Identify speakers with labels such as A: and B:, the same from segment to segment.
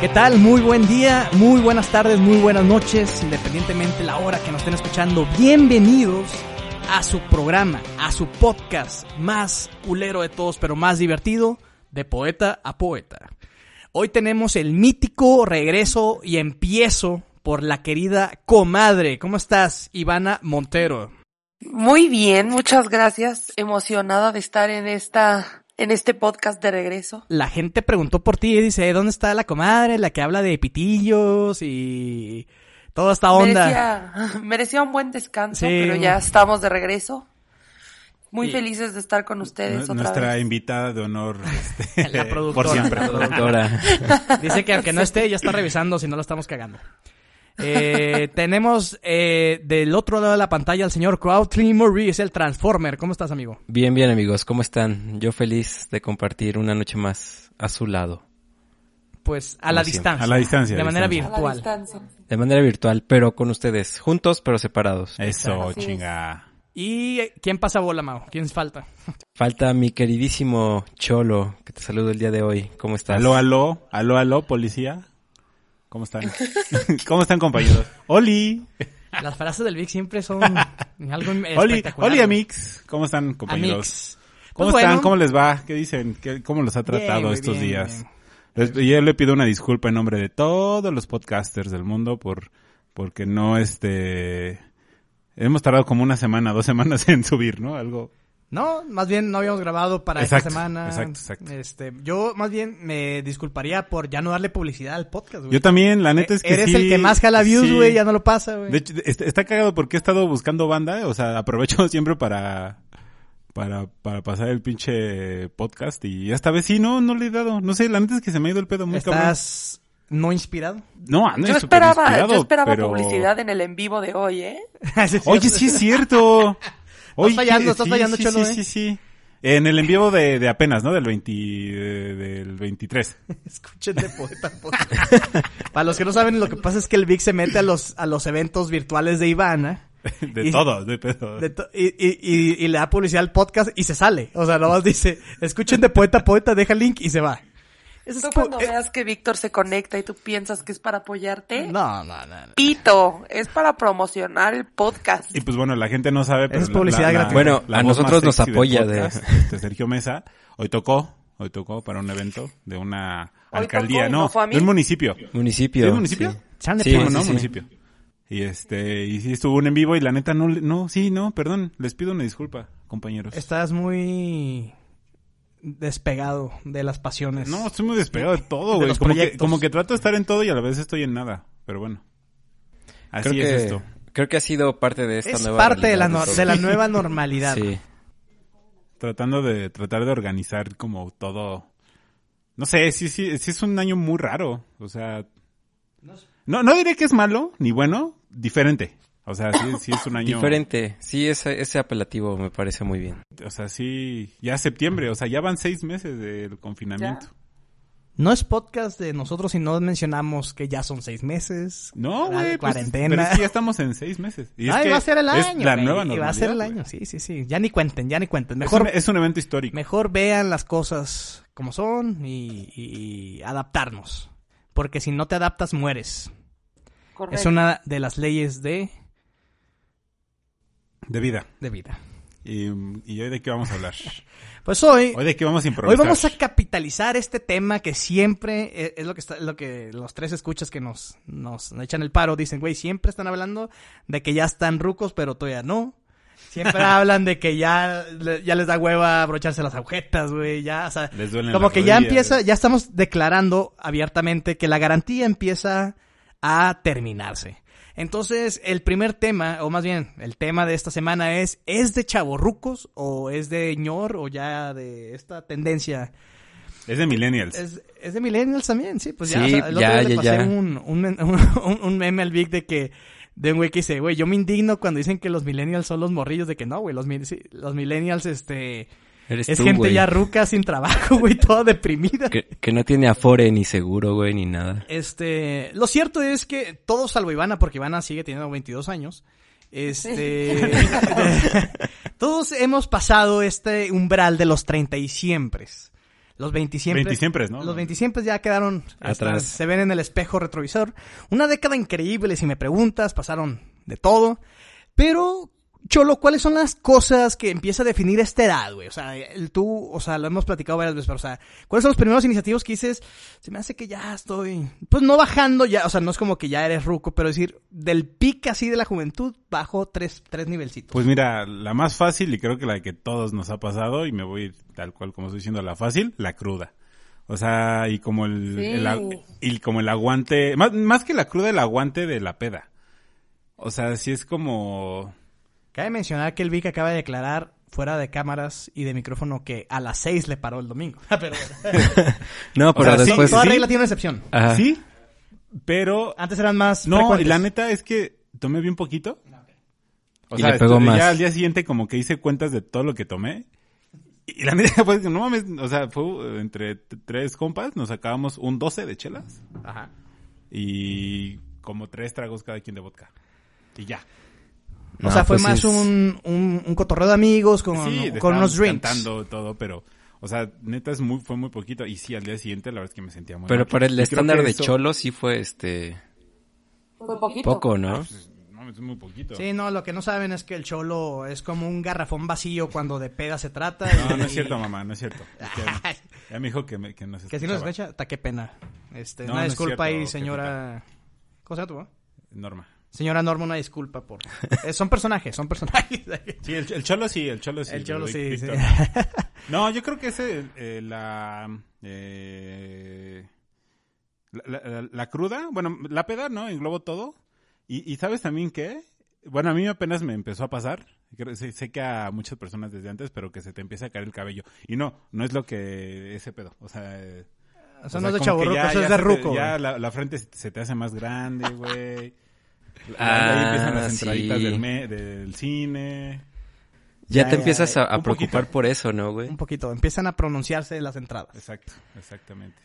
A: ¿Qué tal? Muy buen día, muy buenas tardes, muy buenas noches, independientemente de la hora que nos estén escuchando. Bienvenidos a su programa, a su podcast más culero de todos, pero más divertido, de poeta a poeta. Hoy tenemos el mítico regreso y empiezo por la querida comadre. ¿Cómo estás, Ivana Montero?
B: Muy bien, muchas gracias. Emocionada de estar en esta en este podcast de regreso.
A: La gente preguntó por ti y dice, ¿dónde está la comadre? La que habla de pitillos y toda esta onda.
B: Merecía, merecía un buen descanso,
A: Sí.
B: pero ya estamos de regreso. Muy
A: Y-
B: felices de estar con ustedes otra
C: Nuestra
B: vez.
C: invitada de honor. este,
A: La productora.
C: Por siempre.
A: La productora. Dice que aunque no esté, ya está revisando si no lo estamos cagando. Eh, tenemos eh, del otro lado de la pantalla al señor Crowtree Maurice, el Transformer. ¿Cómo estás, amigo?
D: Bien, bien amigos, ¿cómo están? Yo feliz de compartir una noche más a su lado,
A: Pues a la
D: Como siempre.
A: distancia.
C: A la distancia,
A: De
C: a la
A: manera
C: distancia.
B: A la
A: virtual.
B: distancia.
D: de manera virtual, pero con ustedes, juntos pero separados.
C: Eso,
B: Así es.
C: chinga.
A: ¿Y eh, quién pasa bola, Mau? ¿Quién falta?
D: Falta mi queridísimo Cholo, que te saludo el día de hoy. ¿Cómo estás?
C: Aló, aló, aló, aló, policía. ¿Cómo están? ¿Cómo están, compañeros? Oli,
A: Las frases del Vic siempre son algo
C: Oli,
A: espectacular.
C: Oli Amix. ¿Cómo están, compañeros?
A: Amix.
C: ¿Cómo
A: Pues
C: están?
A: bueno.
C: ¿Cómo les va? ¿Qué dicen? ¿Qué- ¿Cómo los ha tratado
A: Bien, muy
C: estos
A: bien,
C: días? Les- Yo le pido una disculpa en nombre de todos los podcasters del mundo por porque no este hemos tardado como una semana, dos semanas en subir, ¿no? Algo
A: No, más bien no habíamos grabado para esta
C: Exacto,
A: semana.
C: exacto, exacto.
A: Este, yo más bien me disculparía por ya no darle publicidad al podcast, güey. E-,
C: Yo también, la neta es que
A: Eres
C: sí,
A: el que más jala views,
C: sí.
A: güey, ya no lo pasa, güey.
C: De hecho, est- está cagado porque he estado buscando banda, o sea, aprovecho siempre para para para pasar el pinche podcast y esta vez sí, no, no le he dado. No sé, la neta es que se me ha ido el pedo muy
A: Estás no inspirado.
C: cabrón. No, ando
B: Yo
C: súper
B: esperaba,
C: inspirado,
B: yo esperaba
C: pero-
B: publicidad en el en vivo de hoy, ¿eh?
A: Sí, es
C: Oye,
A: cierto.
C: sí es cierto.
A: fallando,
C: que-
A: estás
C: sí,
A: fallando,
C: sí,
A: Cholo,
C: Sí,
A: eh.
C: sí, sí. En el envío de, de apenas, ¿no? Del 20, de- del 23.
A: Escuchen de poeta, poeta. Para los que no saben, lo que pasa es que el Vic se mete a los, a los eventos virtuales de Ivana.
C: De
A: Y-
C: todo, de pedo.
A: de to- y, y- y- y le da publicidad al podcast y se sale. O sea, nomás dice, escuchen de poeta, a poeta, deja el link y se va. Eso
B: Tú
A: es
B: cuando
A: como- eh,
B: veas que Víctor se conecta y tú piensas que es para apoyarte,
A: No, no, no. no.
B: pito, es para promocionar el podcast.
C: Y pues bueno, la gente no sabe, pero
A: Es publicidad gratuita.
D: Bueno, a
C: voz
D: nosotros
C: más sexy
D: nos apoya
C: del podcast, este, Sergio Mesa. Hoy tocó, hoy tocó para un evento de una
B: Hoy
C: alcaldía,
B: tocó y
C: no,
B: no fue a mí.
C: de un municipio.
D: Municipio.
C: ¿Es municipio?
A: Chan de
D: Sí,
C: Sí,
A: poeta.
C: no,
D: sí.
C: municipio. Y este, y sí estuvo un en vivo y la neta no, le- no, sí, no, perdón, les pido una disculpa, compañeros.
A: Estás muy despegado de las pasiones.
C: No, estoy muy despegado de todo,
A: De
C: güey.
A: los
C: como, que,
A: proyectos.
C: como que trato de estar en todo y a la vez estoy en nada, pero bueno. Así
D: Creo que,
C: es esto.
D: Creo que ha sido parte de esta
A: es
D: nueva
A: parte de la,
D: realidad
A: nor-
D: todos.
A: de la nueva normalidad.
D: Sí.
C: Tratando de, tratar de organizar como todo. No sé, sí, sí, sí es un año muy raro. O sea, no, no diré que es malo, ni bueno, diferente. O sea, sí, sí es un año.
D: Diferente. Sí, ese, ese apelativo me parece muy bien.
C: O sea, sí, ya septiembre, o sea, ya van seis meses del confinamiento.
A: No es podcast de nosotros si no mencionamos que ya son seis meses.
C: No,
A: Era de
C: güey. pues,
A: cuarentena.
C: pero es que ya estamos en seis meses. Y es
A: Ay,
C: que
A: va a ser el año.
C: Es la
A: güey,
C: nueva
A: y
C: normalidad.
A: va a ser el
C: güey.
A: año, sí, sí, sí. Ya ni cuenten, ya ni cuenten.
C: Es
A: Mejor,
C: un- es un evento histórico.
A: mejor vean las cosas como son y, y adaptarnos. Porque si no te adaptas, mueres.
B: Correcto.
A: Es una de las leyes de,
C: De vida.
A: de vida.
C: Y, y hoy de qué vamos a hablar.
A: Pues hoy,
C: Hoy de qué vamos a improvisar.
A: hoy vamos a capitalizar este tema que siempre eh, es lo que está, lo que los tres escuchas que nos, nos echan el paro dicen, güey, siempre están hablando de que ya están rucos, pero todavía no. Siempre hablan de que ya, le- ya les da hueva abrocharse las agujetas, güey, ya, o sea,
C: Les duelen
A: como
C: las
A: que ya
C: rodillas.
A: empieza, ya estamos declarando abiertamente que la garantía empieza a terminarse. Entonces, el primer tema, o más bien, el tema de esta semana es, ¿es de chavorrucos o es de ñor o ya de esta tendencia?
C: Es de Millennials.
A: Es, es de millennials también, sí, pues ya,
D: Sí,
A: o sea, el otro
D: ya,
A: día le
D: ya,
A: pasé
D: ya.
A: Un, un, men- un- un meme al Vic de que, de un güey que dice, güey, yo me indigno cuando dicen que los millennials son los morrillos, de que no, güey, los, mil- sí, los millennials, este,
D: Eres
A: es
D: tú,
A: gente
D: güey.
A: ya ruca, sin trabajo, güey, toda deprimida.
D: Que, que no tiene afore ni seguro, güey, ni nada.
A: Este, lo cierto es que todos salvo Ivana, porque Ivana sigue teniendo 22 años. Este, todos hemos pasado este umbral de los 30 y siempre. Los 20 siempre.
C: 20 siempres, ¿no?
A: Los 20 siempre ya quedaron
D: Atrás.
A: este, se ven en el espejo retrovisor. Una década increíble, si me preguntas, pasaron de todo. Pero, Cholo, ¿cuáles son las cosas que empieza a definir esta edad, güey? O sea, el, tú, o sea, lo hemos platicado varias veces, pero, o sea, ¿cuáles son los primeros iniciativos que dices? Se me hace que ya estoy, pues no bajando ya, o sea, no es como que ya eres ruco, pero decir, del pic así de la juventud, bajo tres, tres nivelcitos.
C: Pues mira, la más fácil y creo que la que todos nos ha pasado y me voy a ir tal cual como estoy diciendo la fácil, la cruda. O sea, y como el,
B: Sí.
C: el agu- y como el aguante, más, más que la cruda, el aguante de la peda. O sea, sí es como...
A: Cabe mencionar que el Vic acaba de declarar fuera de cámaras y de micrófono que a las seis le paró el domingo. pero,
D: No,
C: O
D: pero
C: sea, sí,
D: después...
C: Pues
A: toda
C: sí.
A: regla tiene una excepción.
D: Ajá.
C: Sí, pero...
A: Antes eran más.
C: No,
A: frecuentes.
C: y la neta es que tomé bien poquito.
A: Ah,
C: O
D: Y le pegó
C: este,
D: más.
C: ya al día siguiente como que hice cuentas de todo lo que tomé. Y la neta, pues, no mames, o sea, fue eh, entre t- tres compas, nos sacábamos un 12 de chelas.
A: Ajá.
C: y como tres tragos cada quien de vodka. Y ya.
A: o
D: No,
A: sea, fue
D: pues
A: más
D: es-
A: un, un, un cotorreo de amigos con,
C: sí, de
A: con unos
C: estábamos
A: drinks.
C: Cantando todo, pero, o sea, neta es muy, fue muy poquito. Y sí, al día siguiente la verdad es que me sentía muy
D: Pero
C: mal.
D: para
C: Y
D: el
C: creo
D: estándar
C: que
D: de
C: eso-
D: Cholo sí fue, este...
B: Fue poquito.
D: Poco, ¿no?
C: pues, no, es muy poquito.
A: Sí, no, lo que no saben es que el cholo es como un garrafón vacío cuando de peda se trata.
C: No,
A: y-
C: no es cierto, mamá, no es cierto. Es que ya, me dijo que, me, que nos
A: Que si nos
C: escuchaba.
A: escucha, ta qué pena. Este,
C: No,
A: una
C: no es
A: disculpa
C: cierto,
A: ahí, señora. ¿Cómo se llama tu mamá?
C: Norma.
A: Señora Norma, una disculpa por. Eh, son personajes, son personajes.
C: Sí, el, el Cholo sí, el Cholo sí.
A: el
C: le
A: cholo
C: doy
A: sí. sí.
C: Víctor. No, yo creo que ese, eh, la, eh, la, la- la cruda, bueno, la peda, ¿no? Englobo todo. Y, y ¿sabes también qué? Bueno, a mí apenas me empezó a pasar. Creo- Sé, sé que a muchas personas desde antes, pero que se te empieza a caer el cabello. Y no, no es lo que ese pedo. O sea, eh,
A: O sea,
C: o
A: no
C: sea,
A: es de
C: como
A: chaburruco,
C: que ya-
A: eso es de
C: ya se te-
A: ruco.
C: Ya
A: güey.
C: la, la frente se, se te hace más grande, güey.
D: Ah,
C: Ahí empiezan las entraditas
D: sí.
C: del, me- del cine.
D: Ya,
A: Ya,
D: te
A: ya,
D: empiezas a, a
C: un poquito.
D: preocupar por eso, ¿no, güey?
A: Un poquito, empiezan a pronunciarse las entradas.
C: Exacto, exactamente.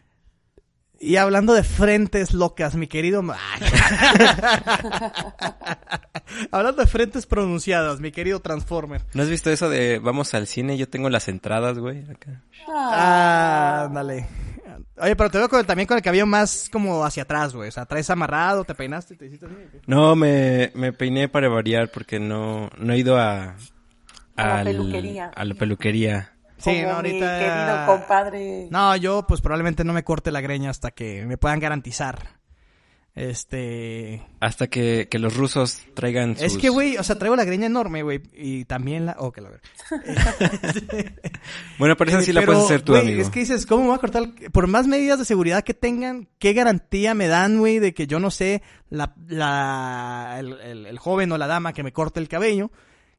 A: Y hablando de frentes locas, mi querido... Ma- hablando de frentes pronunciadas, mi querido Transformer.
D: ¿No has visto eso de vamos al cine, yo tengo las entradas, güey? Acá.
A: Ah, ándale. Oye, pero te veo con- también con el cabello más como hacia atrás, güey. O sea, traes amarrado, te peinaste, te hiciste así.
D: No, me, me peiné para variar porque no, no he ido a...
B: A la
D: al-
B: peluquería.
D: A la peluquería.
A: Sí,
B: Como
A: no, ahorita-
B: Mi querido compadre.
A: No, yo pues probablemente no me corte la greña hasta que me puedan garantizar. Este...
D: Hasta que, que los rusos traigan sus...
A: Es que, güey, o sea, traigo la greña enorme, güey. Y también la... Oh, que la verga.
D: Bueno, pero esa sí la
A: Pero,
D: puedes hacer tú,
A: güey,
D: amigo.
A: Es que dices, ¿cómo me voy a cortar? el- Por más medidas de seguridad que tengan, ¿qué garantía me dan, güey, de que yo no sé, la, la, el, el- el joven o la dama que me corte el cabello?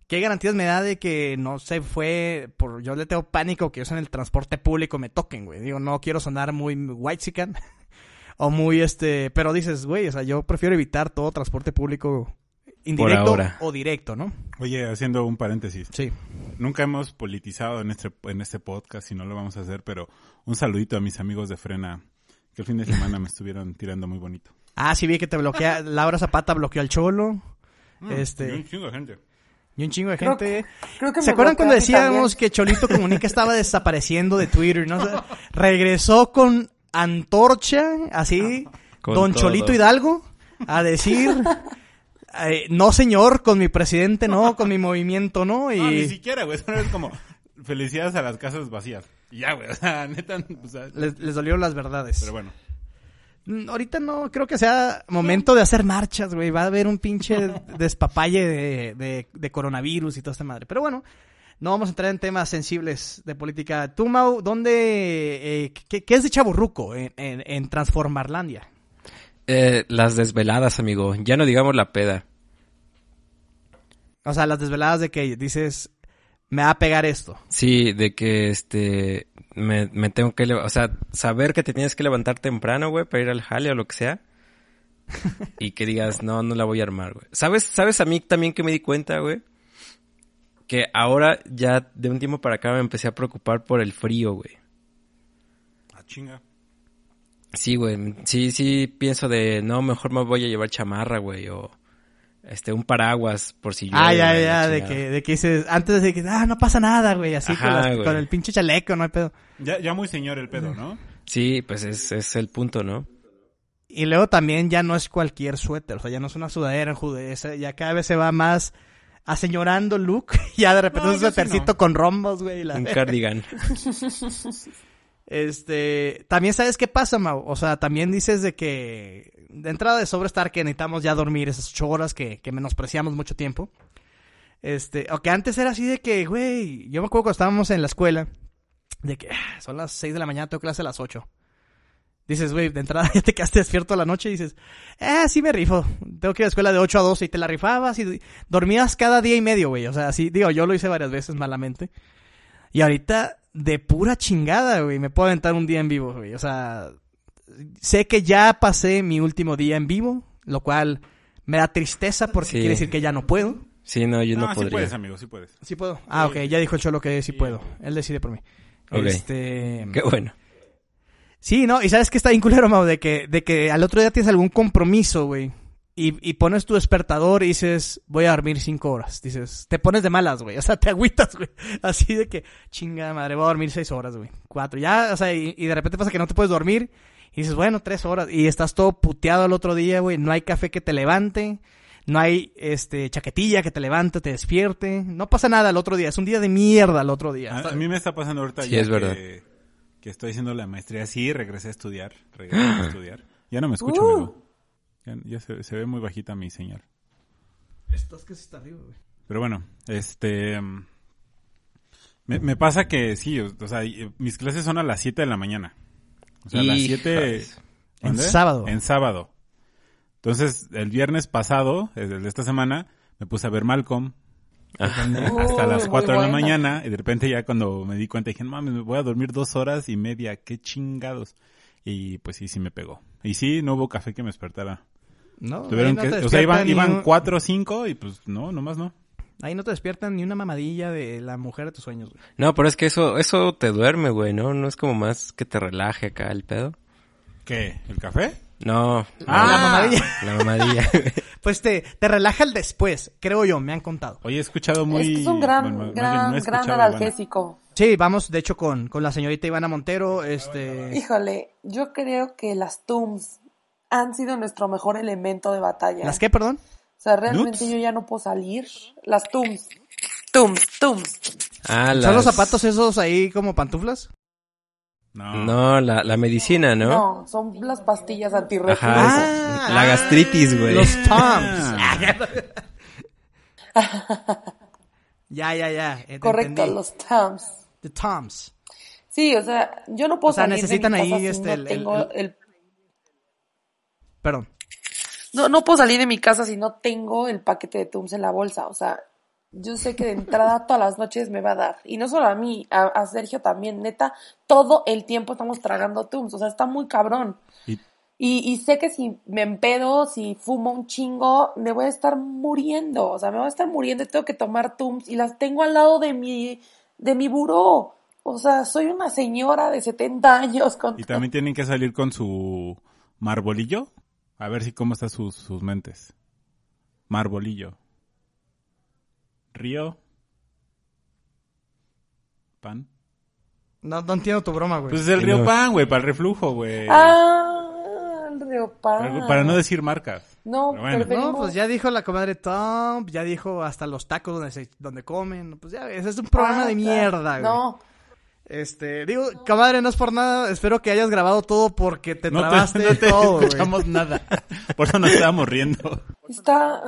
A: ¿Qué garantías me da de que no se fue por yo le tengo pánico que yo en el transporte público me toquen, güey? Digo, no quiero sonar muy white o muy este, pero dices, güey, o sea, yo prefiero evitar todo transporte público indirecto
D: ahora.
A: o directo, ¿no?
C: Oye, haciendo un paréntesis.
A: Sí.
C: Nunca hemos politizado en este, en este podcast y no lo vamos a hacer, pero un saludito a mis amigos de Frena, que el fin de semana me estuvieron tirando muy bonito.
A: Ah, sí vi que te bloquea Laura Zapata bloqueó al Cholo. Este
C: Y Mm, un chingo de gente.
A: Y un chingo de
B: Creo
A: gente.
B: creo que
A: ¿Se
B: me
A: acuerdan
B: bloquea
A: cuando
B: a mí
A: decíamos que
B: también?
A: Cholito Comunica estaba desapareciendo de Twitter? ¿no? O sea, regresó con antorcha, así,
D: Con
A: don
D: todo.
A: Cholito Hidalgo, a decir, eh, no señor, con mi presidente no, con mi movimiento no,
C: No, ni
A: y
C: siquiera, güey. Eso es como felicidades a las casas vacías. Y ya, güey. O sea, neta, o sea,
A: les, les dolieron las verdades.
C: pero bueno.
A: Mm, Ahorita no creo que sea momento de hacer marchas, güey. Va a haber un pinche despapalle de, de- de coronavirus y toda esta madre. Pero bueno, no vamos a entrar en temas sensibles de política. Tú, Mau, ¿dónde, eh, qué, qué es de chaburruco en, en, en Transformarlandia?
D: Eh, las desveladas, amigo. Ya no digamos la peda.
A: O sea, las desveladas de que dices, me va a pegar esto.
D: Sí, de que este me, me tengo que, leva- o sea, saber que te tienes que levantar temprano, güey, para ir al jale o lo que sea. Y que digas, "No, no la voy a armar, güey." ¿Sabes sabes a mí también que me di cuenta, güey? Que ahora ya de un tiempo para acá me empecé a preocupar por el frío, güey.
C: Ah, chinga.
D: Sí, güey. Sí, sí pienso de, "No, mejor me voy a llevar chamarra, güey, o este un paraguas por si llueve."
A: ah, ya,
D: la
A: ya, de
D: chingada.
A: que, de que dices, antes de que, ah, no pasa nada, güey, así con,
D: Ajá,
A: las-
D: güey.
A: con el pinche chaleco, no hay pedo.
C: Ya, ya muy señor el pedo, ¿no?
D: Sí, pues es, es el punto, ¿no?
A: Y luego también ya no es cualquier suéter, o sea, ya no es una sudadera judeza, ya cada vez se va más aseñorando el look, ya de repente
C: No,
A: es un
C: yo sí
A: suétercito
C: no.
A: con rombos, güey. y la-
D: Un cardigan.
A: Este, también sabes qué pasa, Mau, o sea, también dices de que de entrada de sobrestar que necesitamos ya dormir esas ocho horas que, que menospreciamos mucho tiempo. Este, aunque antes era así de que, güey, yo me acuerdo cuando estábamos en la escuela, de que "Ah, son las 6 de la mañana, tengo clase a las 8. Dices, güey, de entrada ya te quedaste despierto a la noche y dices, eh, sí me rifo, tengo que ir a la escuela de 8 a 12 y te la rifabas y dormías cada día y medio, güey, o sea, así, digo, yo lo hice varias veces malamente. Y ahorita, de pura chingada, güey, me puedo aventar un día en vivo, güey, o sea, sé que ya pasé mi último día en vivo, lo cual me da tristeza porque
D: Sí.
A: quiere decir que ya no puedo.
D: Sí, no, yo
C: No,
D: no,
C: sí
D: podría.
C: puedes, amigo, sí puedes.
A: Sí puedo. Ah, ok, ya dijo el Cholo que sí
C: Sí.
A: puedo. Él decide por mí.
D: Ok.
A: Este...
D: Qué bueno.
A: Sí, no, y sabes que está bien culero, Mau, de que, de que al otro día tienes algún compromiso, güey. Y, y pones tu despertador y dices, voy a dormir cinco horas. Dices, te pones de malas, güey. O sea, te agüitas, güey. Así de que, chinga madre, voy a dormir seis horas, güey. Cuatro. Ya, o sea, y, y de repente pasa que no te puedes dormir. Y dices, bueno, tres horas. Y estás todo puteado al otro día, güey. No hay café que te levante. No hay, este, chaquetilla que te levante, te despierte. No pasa nada al otro día. Es un día de mierda al otro día.
C: Ah, A,
A: Está-
C: a mí me está pasando ahorita
D: Sí,
C: ya
D: es verdad.
C: Que, que estoy haciendo la maestría. Sí, regresé a estudiar. Regresé a estudiar. Ya no me escucho,
D: Uh.
C: amigo. Ya, ya se, se ve muy bajita mi señal. Pero bueno, este... mm, Me, me pasa que sí, o, o sea, y- eh, mis clases son a las 7 de la mañana. O sea, a las 7...
D: Hijas.
A: En
C: ¿Dónde?
A: sábado.
C: En sábado. Entonces, el viernes pasado, el de esta semana, me puse a ver Malcolm hasta las 4 de la mañana y de repente ya cuando me di cuenta dije, no mames, me voy a dormir dos horas y media, qué chingados. Y pues sí, sí me pegó. Y sí, no hubo café que me despertara.
A: No, ahí
C: Tuvieron
A: no
C: que,
A: te
C: o sea,
A: despierta
C: iban,
A: ni
C: iban
A: un-
C: cuatro o cinco y pues no, nomás no.
A: Ahí no te despiertan ni una mamadilla de la mujer de tus sueños, güey.
D: No, pero es que eso, eso te duerme, güey, ¿no? No es como más que te relaje acá el pedo.
C: ¿Qué? ¿El café?
D: No.
A: La mamadilla.
D: La mamadilla.
A: Pues te, te relaja el después, creo yo, me han contado.
C: Oye, he escuchado muy...
B: Es que es un gran,
C: bueno, más bien,
B: gran,
C: no he
B: gran
C: escuchado, Ivana.
B: analgésico.
A: Sí, vamos, de hecho, con, con la señorita Ivana Montero, este...
B: Híjole, yo creo que las Tums han sido nuestro mejor elemento de batalla.
A: ¿Las qué, perdón?
B: O sea, realmente
C: ¿Nuts?
B: yo ya no puedo salir. Las Tums. Tums, Tums.
D: Ah,
A: ¿Son los
D: las-
A: zapatos esos ahí como pantuflas?
C: No.
D: No, la, la medicina, ¿no?
B: No, son las pastillas antirretrovirales.
D: Ajá.
A: Ah,
D: esa- la gastritis, güey.
A: Los Toms.
C: Ah.
A: ya, ya, ya. eh, te
B: Correcto,
A: entendí.
B: los Tums.
A: The Toms.
B: Sí, o sea, yo no puedo
A: O sea,
B: salir de
A: necesitan
B: mi
A: ahí,
B: casa si
A: este,
B: no
A: el- el-
B: tengo
A: el-
B: el-
A: Perdón.
B: no, no puedo salir de mi casa si no tengo el paquete de Tums en la bolsa. O sea, yo sé que de entrada todas las noches me va a dar. Y no solo a mí, a, a Sergio también. Neta, todo el tiempo estamos tragando Tums. O sea, está muy cabrón.
C: Y-
B: Y, y sé que si me empedo, si fumo un chingo, me voy a estar muriendo. O sea, me voy a estar muriendo y tengo que tomar Tums. Y las tengo al lado de mi, de mi buró. O sea, soy una señora de 70 años con
C: Y también tienen que salir con su marbolillo. A ver si cómo están sus, sus mentes. Marbolillo. Río. Pan.
A: No, no entiendo tu broma, güey.
C: Pues es el
D: Sí,
C: río
D: no.
C: pan, güey, para el reflujo, güey.
B: Ah, el
C: Para,
B: Reopar.
C: para no decir marcas.
B: No,
C: Pero bueno.
A: no,
B: preferimos-
A: pues ya dijo la comadre Tom, ya dijo hasta los tacos donde, se, donde comen. Pues ya, ese es un programa
B: Ah,
A: de
B: claro.
A: mierda, güey.
B: No,
A: Este, digo, comadre, no es por nada. Espero que hayas grabado todo porque te
C: no
A: trabaste
C: te, no te
A: todo, güey.
C: escuchamos nada. Por eso nos estábamos riendo.
B: está,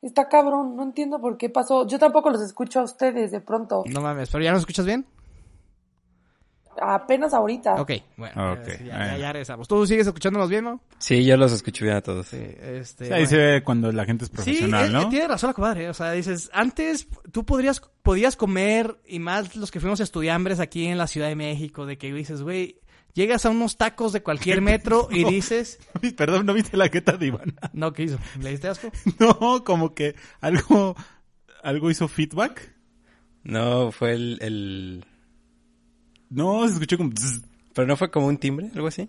B: está cabrón. No entiendo por qué pasó. Yo tampoco los escucho a ustedes de pronto.
A: No mames, pero ya nos escuchas bien.
B: Apenas ahorita.
A: Ok, bueno.
C: Ok,
A: eh, sí, ya,
C: bueno.
A: ya regresamos. ¿Tú sigues escuchándonos bien, no?
D: Sí, yo los escucho bien a todos.
A: Sí, este,
C: Ahí
A: bueno.
C: se ve cuando la gente es profesional,
A: sí, eh,
C: ¿no?
A: eh, tiene razón la comadre. O sea, dices, antes tú podrías, podías comer, y más los que fuimos estudiambres aquí en la Ciudad de México, de que dices, güey, llegas a unos tacos de cualquier metro y dices,
C: Uy, Perdón, ¿no viste la queta de Ivana?
A: no, ¿qué hizo? ¿Le diste asco?
C: No, como que algo, algo hizo feedback.
D: No, fue el, el...
C: No, se escuchó como... "Zzz".
D: Pero no fue como un timbre, algo así.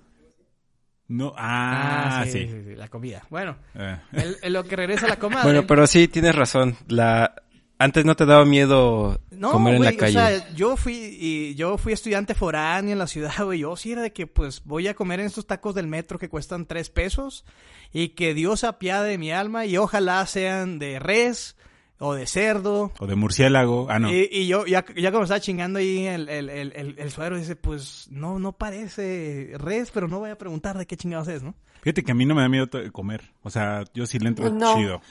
C: No, ah, sí.
A: sí, sí, la comida. Bueno,
C: Eh.
A: el- el lo que regresa la comadre.
D: Bueno, pero sí, tienes razón. La... Antes no te daba miedo
A: No,
D: comer en
A: güey,
D: la calle.
A: o sea, yo fui y yo fui estudiante foráneo en la ciudad, güey. Yo sí era de que, pues, voy a comer en estos tacos del metro que cuestan tres pesos y que Dios apiade de mi alma y ojalá sean de res o de cerdo.
C: O de murciélago. Ah, no.
A: Y, y yo ya, ya como estaba chingando ahí el, el, el, el, el suero, dice, pues, no, no parece res, pero no voy a preguntar de qué chingados es, ¿no?
C: Fíjate que a mí no me da miedo to- comer. O sea, yo sí le entro
B: Pues no.
C: chido.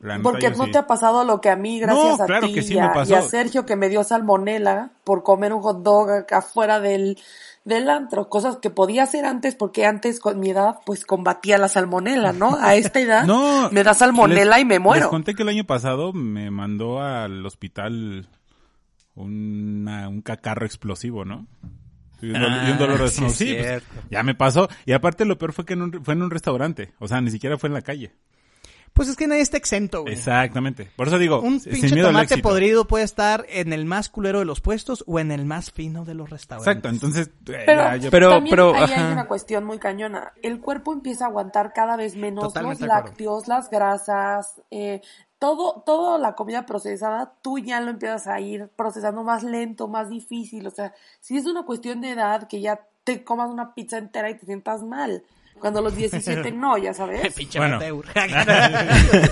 C: La neta,
B: Porque
C: yo
B: no
C: sí.
B: te ha pasado lo que a mí, gracias
C: No,
B: a
C: claro
B: ti
C: que sí
B: y,
C: me
B: a,
C: pasó.
B: y a Sergio que me dio salmonela por comer un hot dog acá afuera del, del antro, cosas que podía hacer antes porque antes con mi edad pues combatía la salmonela, ¿no? A esta edad
C: No.
B: me da salmonela
C: les-
B: y me
C: Les
B: muero.
C: conté que el año pasado me mandó al hospital una- un cacarro explosivo, ¿no? Y un, dol- y un dolor de
D: Ah, sí,
C: estómago.
D: es
C: Sí, pues,
D: cierto.
C: ya me pasó. Y aparte lo peor fue que en un re- fue en un restaurante. O sea, ni siquiera fue en la calle.
A: Pues es que nadie está exento, güey.
C: Exactamente. Por eso digo,
A: Un
C: sin
A: pinche
C: miedo al
A: tomate
C: éxito.
A: podrido puede estar en el más culero de los puestos o en el más fino de los restaurantes.
C: Exacto, entonces... eh, ya, ya-
D: Pero-
B: también
D: pero,
B: ahí hay
D: ajá.
B: una cuestión muy cañona. El cuerpo empieza a aguantar cada vez menos
A: Totalmente de
B: los
A: acuerdo.
B: lácteos, las grasas, eh, todo, toda la comida procesada, tú ya lo empiezas a ir procesando más lento, más difícil. O sea, si es una cuestión de edad que ya te comas una pizza entera y te sientas mal. Cuando a los 17 no, ya sabes.
A: Pinche
C: Bueno.
A: Mateo.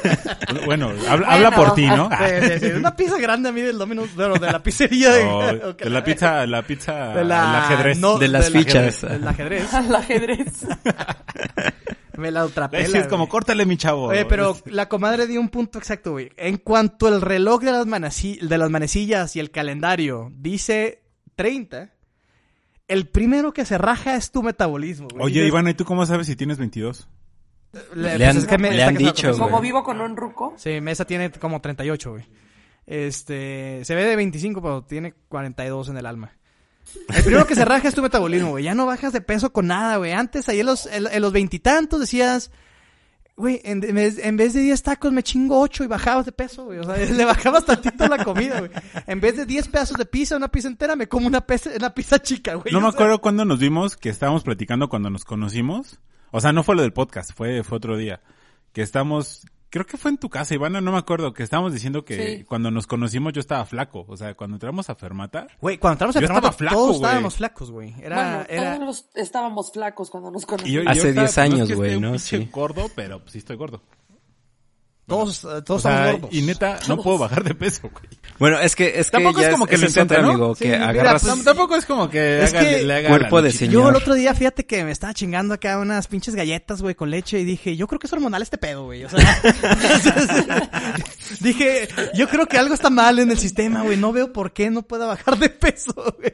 C: bueno, habla, habla por ti, ¿no? Ah,
A: Sí, sí, sí. Una pizza grande a mí del Domino's, pero de la pizzería de,
C: O Oh, de la pizza, la pizza,
A: de la-
C: el ajedrez.
A: no,
D: De las
A: del ajedrez,
D: fichas.
A: Del ajedrez.
B: Al ajedrez.
A: Me la ultrapela.
C: Ese es como,
A: güey.
C: córtale, mi chavo.
A: Oye, pero la comadre dio un punto exacto, güey. En cuanto el reloj de las, manaci- de las manecillas y el calendario dice 30, el primero que se raja es tu metabolismo, güey.
C: Oye,
A: Dices,
C: Ivana, ¿y tú cómo sabes si tienes 22?
A: Le,
D: Le
A: pues
D: han-
A: es que me-
D: le
A: está
D: han
A: casado
D: dicho,
A: con-
D: güey.
B: Como vivo con un ruco.
A: Sí, Mesa tiene como 38, güey. Este, se ve de 25, pero tiene 42 en el alma. El primero que se raja es tu metabolismo, güey. Ya no bajas de peso con nada, güey. Antes, ahí en los en- en los veintitantos decías, güey, en, en vez- en vez de 10 tacos me chingo 8 y bajabas de peso, güey. O sea, le bajabas tantito la comida, güey. En vez de 10 pedazos de pizza, una pizza entera, me como una, pez- una pizza chica, güey.
C: No me
A: O sea,
C: acuerdo cuándo nos vimos, que estábamos platicando cuando nos conocimos. O sea, no fue lo del podcast, fue, fue otro día. Que estamos, creo que fue en tu casa, Ivana, no me acuerdo, que estábamos diciendo que
B: Sí.
C: cuando nos conocimos yo estaba flaco. O sea, cuando entramos a Fermata,
A: Güey, cuando estábamos en
C: Yo
A: Fernando,
C: estaba flaco,
A: todos
C: güey.
A: estábamos flacos, güey. Era,
B: bueno,
A: era...
B: todos los- estábamos flacos cuando nos
C: y yo-
B: conocimos.
C: yo
D: Hace
C: estaba- pues,
D: 10
C: no
D: años,
C: es que esté
D: güey,
C: un
D: ¿no?
C: pinche
D: Sí.
C: gordo, pero pues sí estoy gordo.
A: Todos, eh, todos
C: o sea,
A: estamos gordos.
C: y neta, no puedo bajar de peso, güey.
D: Bueno, es que es que
C: Tampoco
D: ya
C: es como que lo
D: ese es otro,
C: intenta, ¿no?
D: amigo,
A: Sí,
D: que
A: mira,
D: agarras...
A: pues,
C: tampoco es como que,
A: Es
C: haga-
A: que-
C: le haga
D: Cuerpo
C: la
D: de
C: luchita.
A: Yo
D: Señor.
A: el otro día, fíjate que me estaba chingando acá unas pinches galletas, güey, con leche y dije, yo creo que es hormonal este pedo, güey. O sea, dije, yo creo que algo está mal en el sistema, güey. No veo por qué no pueda bajar de peso, güey.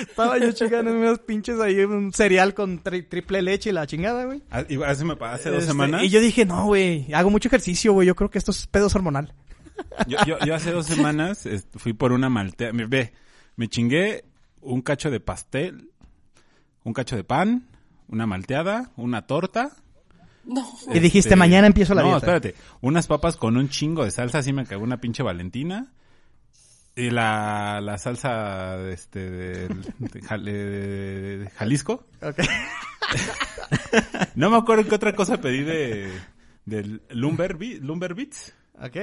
A: Estaba yo chingando unas pinches ahí, un cereal con tri- triple leche y la chingada, güey.
C: Ah, y Hace, me- hace dos
A: Este,
C: semanas.
A: Y yo dije, no, güey, hago mucho ejercicio, güey. Yo creo que esto es pedo es hormonal.
C: Yo, yo- yo hace dos semanas est- fui por una maltea. Me, ve, me chingué un cacho de pastel, un cacho de pan, una malteada, una torta. Este,
B: No.
A: Y dijiste, mañana empiezo la
C: no,
A: dieta.
C: espérate. Unas papas con un chingo de salsa, así me cagó una pinche valentina. Y la, la salsa este, del- de, Jal- eh, de Jalisco.
A: Ok.
C: No me acuerdo qué otra cosa pedí de del Lumber, Bi- Lumber Beats.
A: Ok.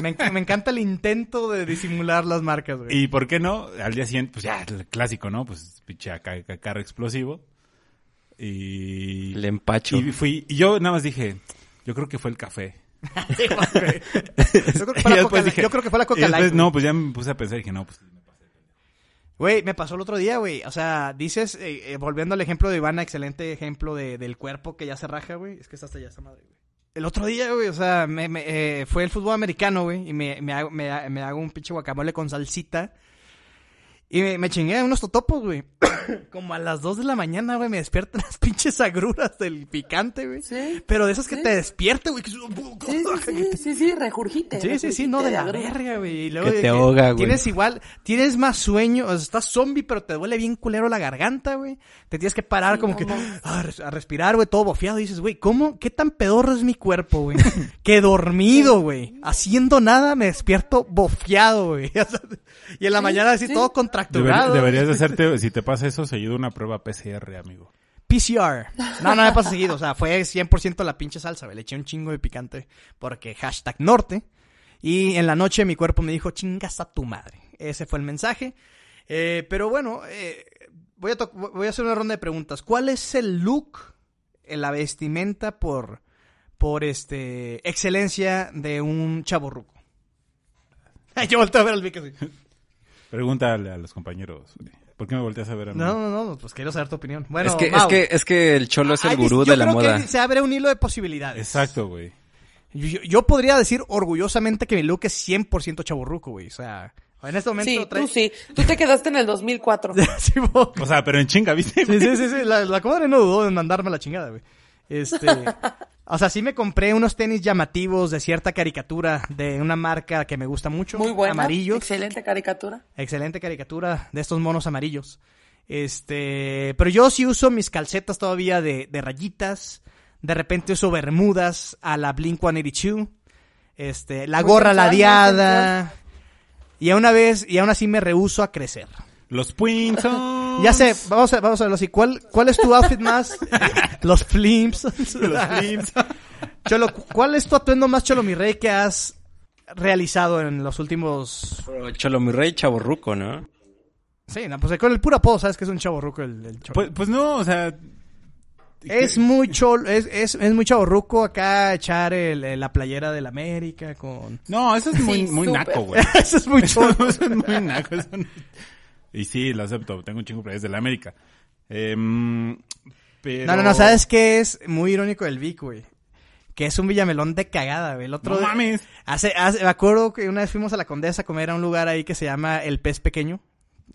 A: Me, enc- me encanta el intento de disimular las marcas, güey.
C: Y por qué no, al día siguiente, pues ya, el clásico, ¿no? Pues pinche acá- acá carro explosivo. Y,
D: Le empacho.
C: y fui, y yo nada más dije, yo creo que fue el café.
A: Yo creo que fue
C: Y
A: la
C: después
A: Coca-
C: dije-
A: yo creo que fue la
C: y
A: Coca
C: después,
A: Light,
C: No, pues ya me puse a pensar y dije, no, pues.
A: Güey, me pasó el otro día, güey. O sea, dices, eh, eh, volviendo al ejemplo de Ivana, excelente ejemplo de, del cuerpo que ya se raja, güey. Es que está hasta allá esta madre, güey. El otro día, güey, o sea, me, me, eh, fue el fútbol americano, güey, y me, me, hago, me, ha- me hago un pinche guacamole con salsita. Y me, me chingué unos totopos, güey. Como a las 2 de la mañana, güey, me despiertan las pinches agruras del picante, güey.
B: Sí.
A: Pero de esas que
B: Sí.
A: te despierte, güey. que-
B: Sí, sí, sí, sí, sí, rejurgite.
A: Sí, sí, sí, no, de la
B: verga.
A: verga, güey. Y luego
D: Que
A: de
D: te ahoga, güey.
A: Tienes igual, tienes más sueño, o sea, estás zombie, pero te duele bien culero la garganta, güey. Te tienes que parar
B: Sí,
A: como
B: no
A: que
B: mames.
A: ah, res- a respirar, güey, todo bofiado. Y dices, güey, ¿cómo? ¿Qué tan pedorro es mi cuerpo, güey? que dormido, güey. Haciendo nada me despierto bofiado, güey. O sea, y en la
B: Sí,
A: mañana así
B: sí.
A: todo
C: Debería-
A: contracturado.
C: deberías de hacerte, si te pasa eso, seguido una prueba PCR, amigo.
A: PCR. No, no me pasa seguido. O sea, fue 100% la pinche salsa, güey. Le eché un chingo de picante porque hashtag norte. Y en la noche mi cuerpo me dijo, chingas a tu madre. Ese fue el mensaje. Eh, pero bueno, eh, voy, a to- voy a hacer una ronda de preguntas. ¿Cuál es el look, eh, la vestimenta por, por este, excelencia de un chavo ruco? Yo volteo a ver al Vic así.
C: Pregúntale a los compañeros. ¿Por qué me volteas a ver a mí?
A: No, no, no, pues quiero saber tu opinión. Bueno,
D: es, que, es,
A: Mau.
D: que, es que el cholo es
A: Hay
D: el
A: dis-
D: gurú
A: yo
D: de la
A: creo que
D: moda.
A: se abre un hilo de posibilidades.
C: Exacto, güey.
A: Yo, yo podría decir orgullosamente que mi look es 100% chaburruco, güey. O sea, en este momento
B: Sí,
A: trae-
B: tú sí. Tú te quedaste en el 2004.
A: Sí, po.
C: O sea, pero en chinga, ¿viste?
A: sí, sí, sí, sí. La, la comadre no dudó en mandarme la chingada, güey. Este, o sea, sí me compré unos tenis llamativos de cierta caricatura de una marca que me gusta mucho.
B: Muy buena.
A: Amarillos.
B: Excelente caricatura.
A: Excelente caricatura de estos monos amarillos. Este, pero yo sí uso mis calcetas todavía de, de rayitas. De repente uso bermudas a la Blink 182. Este, la
C: Pues
B: Muy
A: gorra
B: sensual, muy
A: ladeada. Y a una vez, y aún así me rehuso a crecer.
C: Los Pinson.
A: Ya sé, vamos a, vamos a verlo así. ¿Cuál, cuál es tu outfit más? Los flims.
C: Los Pinson.
A: Cholo, ¿cu- ¿cuál es tu atuendo más, Cholo mi rey, que has realizado en los últimos
D: Pero Cholo mi rey chaborruco, ¿no?
A: Sí, no, pues con el puro apodo sabes que es un chavo ruco el, el cholo.
C: Pues, pues no, o sea.
A: es muy cholo, es, es, es muy chavo ruco acá echar el- el- la playera del América con...
C: No, eso es muy,
B: Sí,
C: muy
B: súper.
C: naco, güey.
A: Eso es muy cholo.
C: Eso es muy naco. eso no- Y sí, lo acepto. Tengo un chingo de players de la América. Em, pero...
A: No, no, no, ¿sabes qué es muy irónico el Vic, güey? Que es un villamelón de cagada, güey. El otro
C: No
A: de-
C: mames.
A: Hace, hace- me acuerdo que una vez fuimos a la Condesa a comer a un lugar ahí que se llama El Pez Pequeño.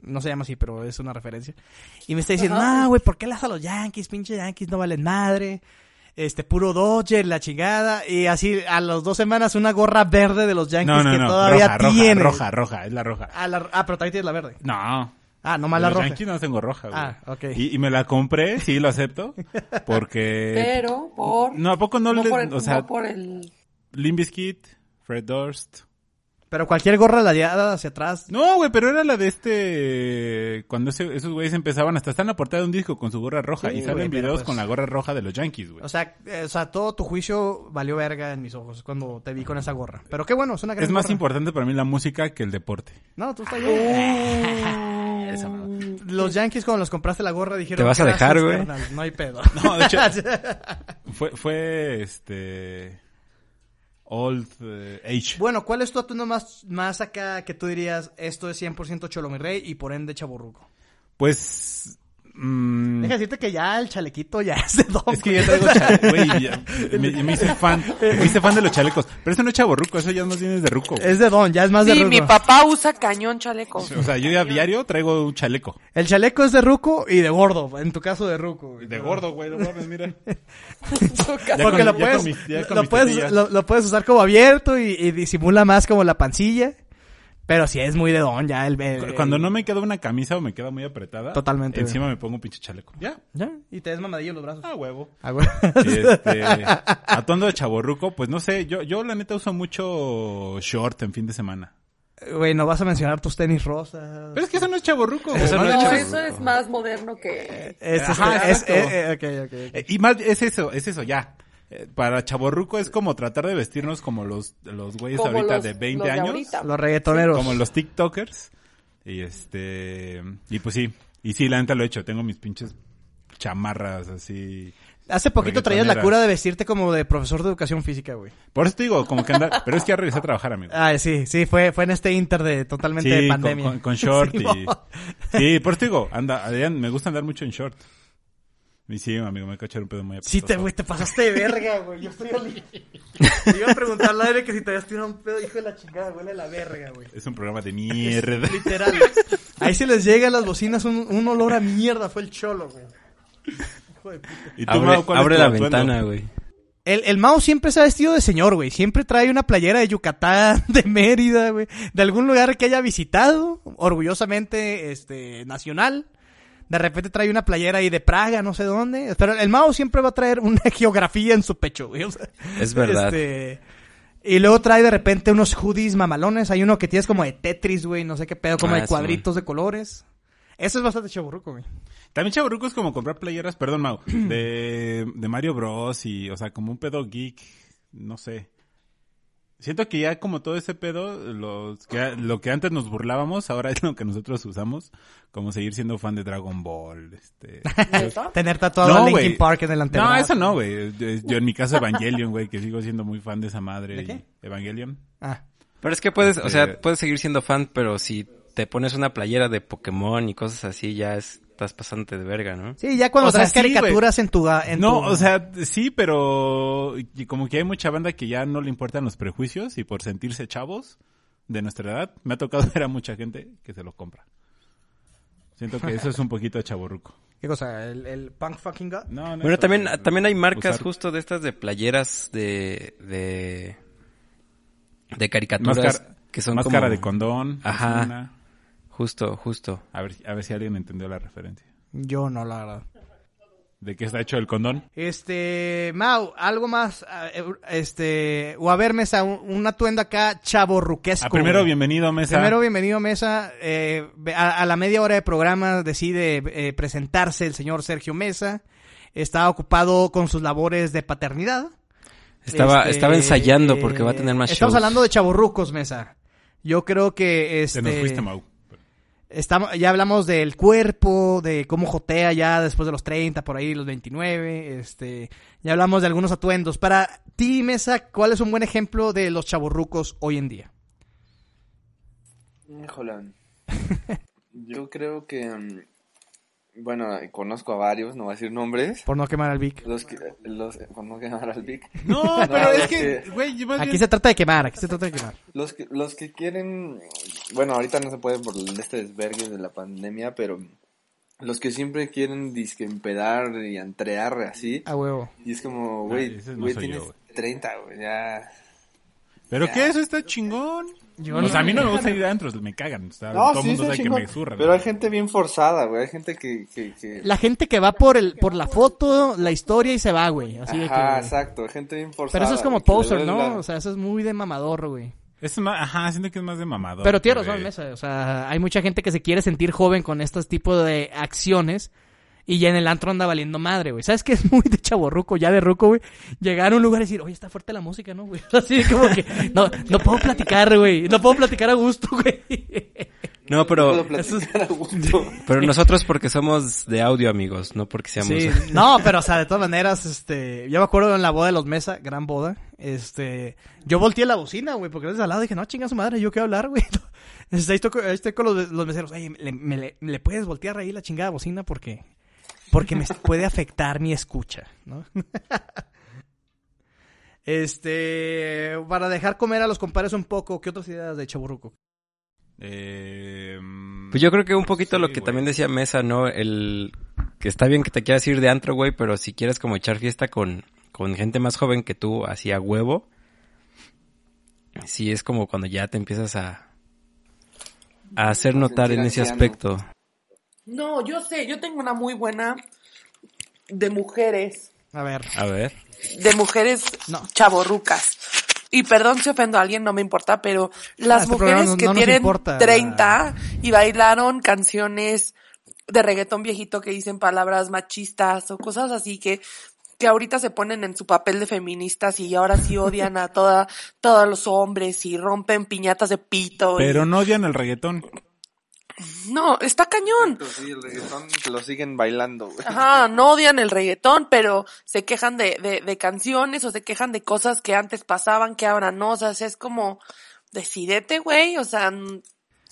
A: No se llama así, pero es una referencia. Y me está diciendo,
B: Ajá.
A: no, güey, ¿por qué las a los Yankees? Pinche Yankees no valen madre. Este, puro Dodger, la chingada. Y así, a las dos semanas, una gorra verde de los Yankees
C: No, no,
A: que
C: no.
A: todavía
C: roja, roja,
A: tiene.
C: roja, roja. Es la roja.
A: Ah, la- ah, pero todavía tienes la verde.
C: No.
A: Ah, no más la
C: los
A: roja.
C: Yankees no tengo roja, güey.
A: Ah, ok.
C: Y, y me la compré, sí, lo acepto. Porque.
B: Pero por...
C: Eh, No, ¿a poco no, le.
B: por el,
C: o sea,
B: no por el...
C: Limp Bizkit, Fred Durst.
A: Pero cualquier gorra ladeada hacia atrás.
C: No, güey, pero era la de este. Cuando ese- esos güeyes empezaban, hasta están a portada de un disco con su gorra roja.
A: Sí,
C: y salen
A: güey, pero
C: videos
A: pues-
C: con la gorra roja de los Yankees, güey.
A: O sea, eh, o sea, todo tu juicio valió verga en mis ojos cuando te vi con esa gorra. Pero qué bueno, es una gran
C: es más
A: gorra.
C: importante para mí la música que el deporte.
A: No, tú estás bien. Los Yankees cuando los compraste la gorra dijeron...
D: Te vas a
A: "Gracias,
D: dejar, güey".
A: carnal, No hay pedo.
C: No, de hecho, fue, fue este. Old eh, Age.
A: bueno, ¿cuál es tu atuendo más, más acá que tú dirías esto es 100% Cholo mi rey y por ende chaburruco?
C: Pues. mm,
A: Deja decirte que ya el chalequito ya es de don.
C: es que ya traigo chale- güey, ya- me, me hice fan. Me hice fan de los chalecos. Pero eso no es chaborruco, eso ya no tienes de ruco. güey.
A: Es de don, ya es más de
B: Sí,
A: ruco.
B: mi papá usa cañón chaleco.
C: O sea, yo ya diario traigo un chaleco.
A: El chaleco es de ruco y de gordo, en tu caso de ruco. güey.
C: De gordo, güey, no mames, mira.
A: Porque
C: Ya
A: lo
C: con- ya
A: puedes,
C: con mis- ya con
A: lo,
C: mis
A: puedes
C: tetillas.
A: lo, lo puedes usar como abierto y, y disimula más como la pancilla. Pero si es muy de don ya el, el-
C: Cu-
A: el-
C: Cuando no me queda una camisa o me queda muy apretada,
A: Eh, Totalmente,
C: Encima me pongo un pinche chaleco. Ya,
A: Ya, Y te des mamadillo en los brazos.
C: a huevo.
A: Ah, güey.
C: Y este, atuendo de chaborruco, pues no sé, yo, yo la neta uso mucho short en fin de semana.
A: Güey, no vas a mencionar tus tenis rosas.
C: Pero es que eso no es chaborruco. güey.
D: Eso no
B: No,
D: es
B: eso es más moderno que...
A: Eh, Es, es-
C: Ajá,
A: es-
C: exacto.
A: eh, eh, ok, ok, ok.
C: Eh, Y más, es eso, es eso, ya. Eh, Para chaborruco es como tratar de vestirnos como los, los güeyes
B: Como
C: ahorita
B: los-
C: de 20
B: los de
C: años.
B: ahorita.
A: Los reggaetoneros.
C: Como los TikTokers. Y este. Y pues sí. Y sí, la neta lo he hecho. Tengo mis pinches chamarras así.
A: Hace poquito traías la
C: reggaetoneras.
A: cura de vestirte como de profesor de educación física, güey.
C: Por eso te digo, como que andar. Pero es que ya regresé a trabajar, amigo.
A: Ah, sí, sí, fue, fue en este inter de totalmente
C: Sí,
A: de
C: con-
A: pandemia.
C: Con, con short
A: Sí,
C: y...
A: mo.
C: Sí, por eso te digo, anda, Adrián, me gusta andar mucho en short. Y sí, amigo, me cacharon un pedo muy
A: Sí, te,
C: apestoso.
A: güey, te pasaste de verga, güey. Yo estoy al... Te iba a preguntar al aire que si te habías tirado un pedo, hijo de la chingada, huele a la verga, güey.
C: Es un programa de mierda.
A: Literal. Ahí se les llega a las bocinas un, un olor a mierda, fue el cholo, güey. Hijo de puta.
C: ¿Y tú,
D: Abre,
C: Mau, cuál es
D: abre
C: tu
D: la
C: atuendo?
D: ventana, güey.
A: El, el Mao siempre se ha vestido de señor, güey. Siempre trae una playera de Yucatán, de Mérida, güey. De algún lugar que haya visitado, orgullosamente, este, nacional. De repente trae una playera ahí de Praga, no sé dónde. Pero el Mao siempre va a traer una geografía en su pecho, güey. O sea,
D: Es verdad.
A: este, y luego trae de repente unos hoodies mamalones. Hay uno que tienes como de Tetris, güey. No sé qué pedo, como de
D: Ah, sí,
A: cuadritos de colores. Eso es bastante chaburruco, güey.
C: También chaburruco es como comprar playeras, perdón, Mau, de, de Mario Bros. y, o sea, como un pedo geek, no sé. Siento que ya como todo ese pedo, los que, lo que antes nos burlábamos, ahora es lo que nosotros usamos, como seguir siendo fan de Dragon Ball, este...
B: ¿Neta?
A: Tener tatuado a Linkin
C: güey.
A: Park en el antebrazo.
C: No, eso no, güey. Yo, yo en mi caso Evangelion, güey, que sigo siendo muy fan de esa madre.
A: ¿De
C: y-
A: qué?
C: Evangelion.
A: Ah.
D: Pero es que puedes, o
C: Este-
D: sea, puedes seguir siendo fan, pero si te pones una playera de Pokémon y cosas así, ya es- estás pasándote de verga, ¿no?
A: Sí, ya cuando
C: O sea,
A: traes
C: sí, güey.
A: caricaturas en tu... ga- en
C: No,
A: tu-
C: o sea, sí, pero y como que hay mucha banda que ya no le importan los prejuicios y por sentirse chavos de nuestra edad, me ha tocado ver a mucha gente que se lo compra. Siento que eso es un poquito chaborruco.
A: ¿Qué cosa? ¿El, el punk fucking god?
C: No, no
D: Bueno,
C: es-
D: también, también hay marcas
C: usar
D: justo de estas de playeras de, de, de caricaturas
C: máscara,
D: que son
C: máscara
D: como-
C: de condón.
D: Ajá.
C: es una.
D: Justo, justo.
C: A ver, a ver si alguien entendió la referencia.
A: Yo no, la verdad.
C: ¿De qué está hecho el condón?
A: Este, Mau, algo más, ah, eh, este, o a ver, Mesa, un, un atuendo acá chaborruquesco.
C: Ah, primero,
A: güey.
C: bienvenido, Mesa.
A: Primero, bienvenido, Mesa. Eh, ve- a, a la media hora de programa decide eh, presentarse el señor Sergio Mesa. Está ocupado con sus labores de paternidad.
D: Estaba,
A: Este,
D: estaba ensayando porque va a tener más
A: Estamos
D: shows.
A: hablando de chaborrucos, Mesa. Yo creo que, este...
C: Te nos fuiste, Mau.
A: Estamos, ya hablamos del cuerpo, de cómo jotea ya después de los 30, por ahí los 29, este, ya hablamos de algunos atuendos. Para ti, Mesa, ¿cuál es un buen ejemplo de los chaburrucos hoy en día?
E: Híjole. Yo creo que. mm, Bueno, conozco a varios, no voy a decir nombres.
A: Por no quemar al Vic.
E: Los que. Los, por no quemar al Vic.
C: No, pero
E: No,
C: es
E: es
C: que,
E: que-
C: güey, más
A: Aquí
C: bien-
A: se trata de quemar, aquí se trata de quemar.
E: Los que, los que quieren. Bueno, ahorita no se puede por este desvergue de la pandemia, pero. Los que siempre quieren disque empedar y antrear así.
A: A huevo.
E: Y es como,
C: Ah,
E: güey,
C: ese no
E: güey,
C: soy yo,
E: tienes
C: güey.
E: 30, güey, ya.
C: ¿Pero qué? Eso está chingón.
A: Yo
C: o sea,
A: no-
C: a mí no me gusta ir adentro, me cagan. o sea,
E: No,
C: todo el
E: sí,
C: mundo sabe
E: está
C: que
E: chingón,
C: me zurran.
E: Pero hay gente bien forzada, güey. Hay gente que. que, que...
A: La gente que va por el, por la foto, la historia y se va, güey. Así de que-
E: Ajá, exacto. Hay gente bien forzada.
A: Pero eso es como
E: güey, que le
A: poser,
E: duele la-
A: ¿no? O sea, eso es muy de mamador, güey.
C: Es más, ajá, siento que es más de mamador.
A: Pero
C: que
A: tienes razón,
C: de-
A: Mesa. O sea, hay mucha gente que se quiere sentir joven con estos tipos de acciones. Y ya en el antro anda valiendo madre, güey. ¿Sabes qué? Es muy de chaborruco, ya de ruco, güey. Llegar a un lugar y decir, oye, está fuerte la música, ¿no, güey? Así como que, no, no puedo platicar, güey. No puedo platicar a gusto, güey.
D: No,
E: puedo
D: pero,
E: platicar a gusto.
D: pero nosotros porque somos de audio, amigos, no porque seamos...
A: Sí, no, pero, o sea, de todas maneras, este, yo me acuerdo en la boda de los Mesa, gran boda, este, yo volteé la bocina, güey, porque desde al lado dije, no, chinga su madre, yo quiero hablar, güey. Este, Ahí estoy, ahí estoy con los, los meseros, oye, ¿le, me le- le puedes voltear ahí la chingada bocina? Porque, porque me puede afectar mi escucha, ¿no? Este, para dejar comer a los compadres un poco, ¿qué otras ideas de Chaburruco?
C: Eh, mm,
D: Pues yo creo que un poquito
C: Sí,
D: lo que
C: güey.
D: también decía Mesa, ¿no? El que está bien que te quieras ir de antro, güey, pero si quieres como echar fiesta con, con gente más joven que tú, así a huevo, sí es como cuando ya te empiezas a, a hacer notar en ese
E: anciano.
D: aspecto.
B: No, yo sé, yo tengo una muy buena de mujeres,
A: A ver,
D: A ver.
B: de mujeres
A: No.
B: chaborrucas. Y perdón si ofendo a alguien, no me importa, pero las
A: este programa
B: mujeres
A: no-
B: que
A: no nos
B: tienen
A: importa.
B: 30 y bailaron canciones de reggaetón viejito que dicen palabras machistas o cosas así que que ahorita se ponen en su papel de feministas y ahora sí odian a toda todos los hombres y rompen piñatas de pito. y-
C: Pero no odian el reggaetón.
B: no, está cañón.
E: Pues Sí, el reggaetón lo siguen bailando, güey.
B: Ajá, no odian el reggaetón, pero se quejan de, de, de canciones o se quejan de cosas que antes pasaban que ahora no. O sea, es como, decidete, güey. O sea, n-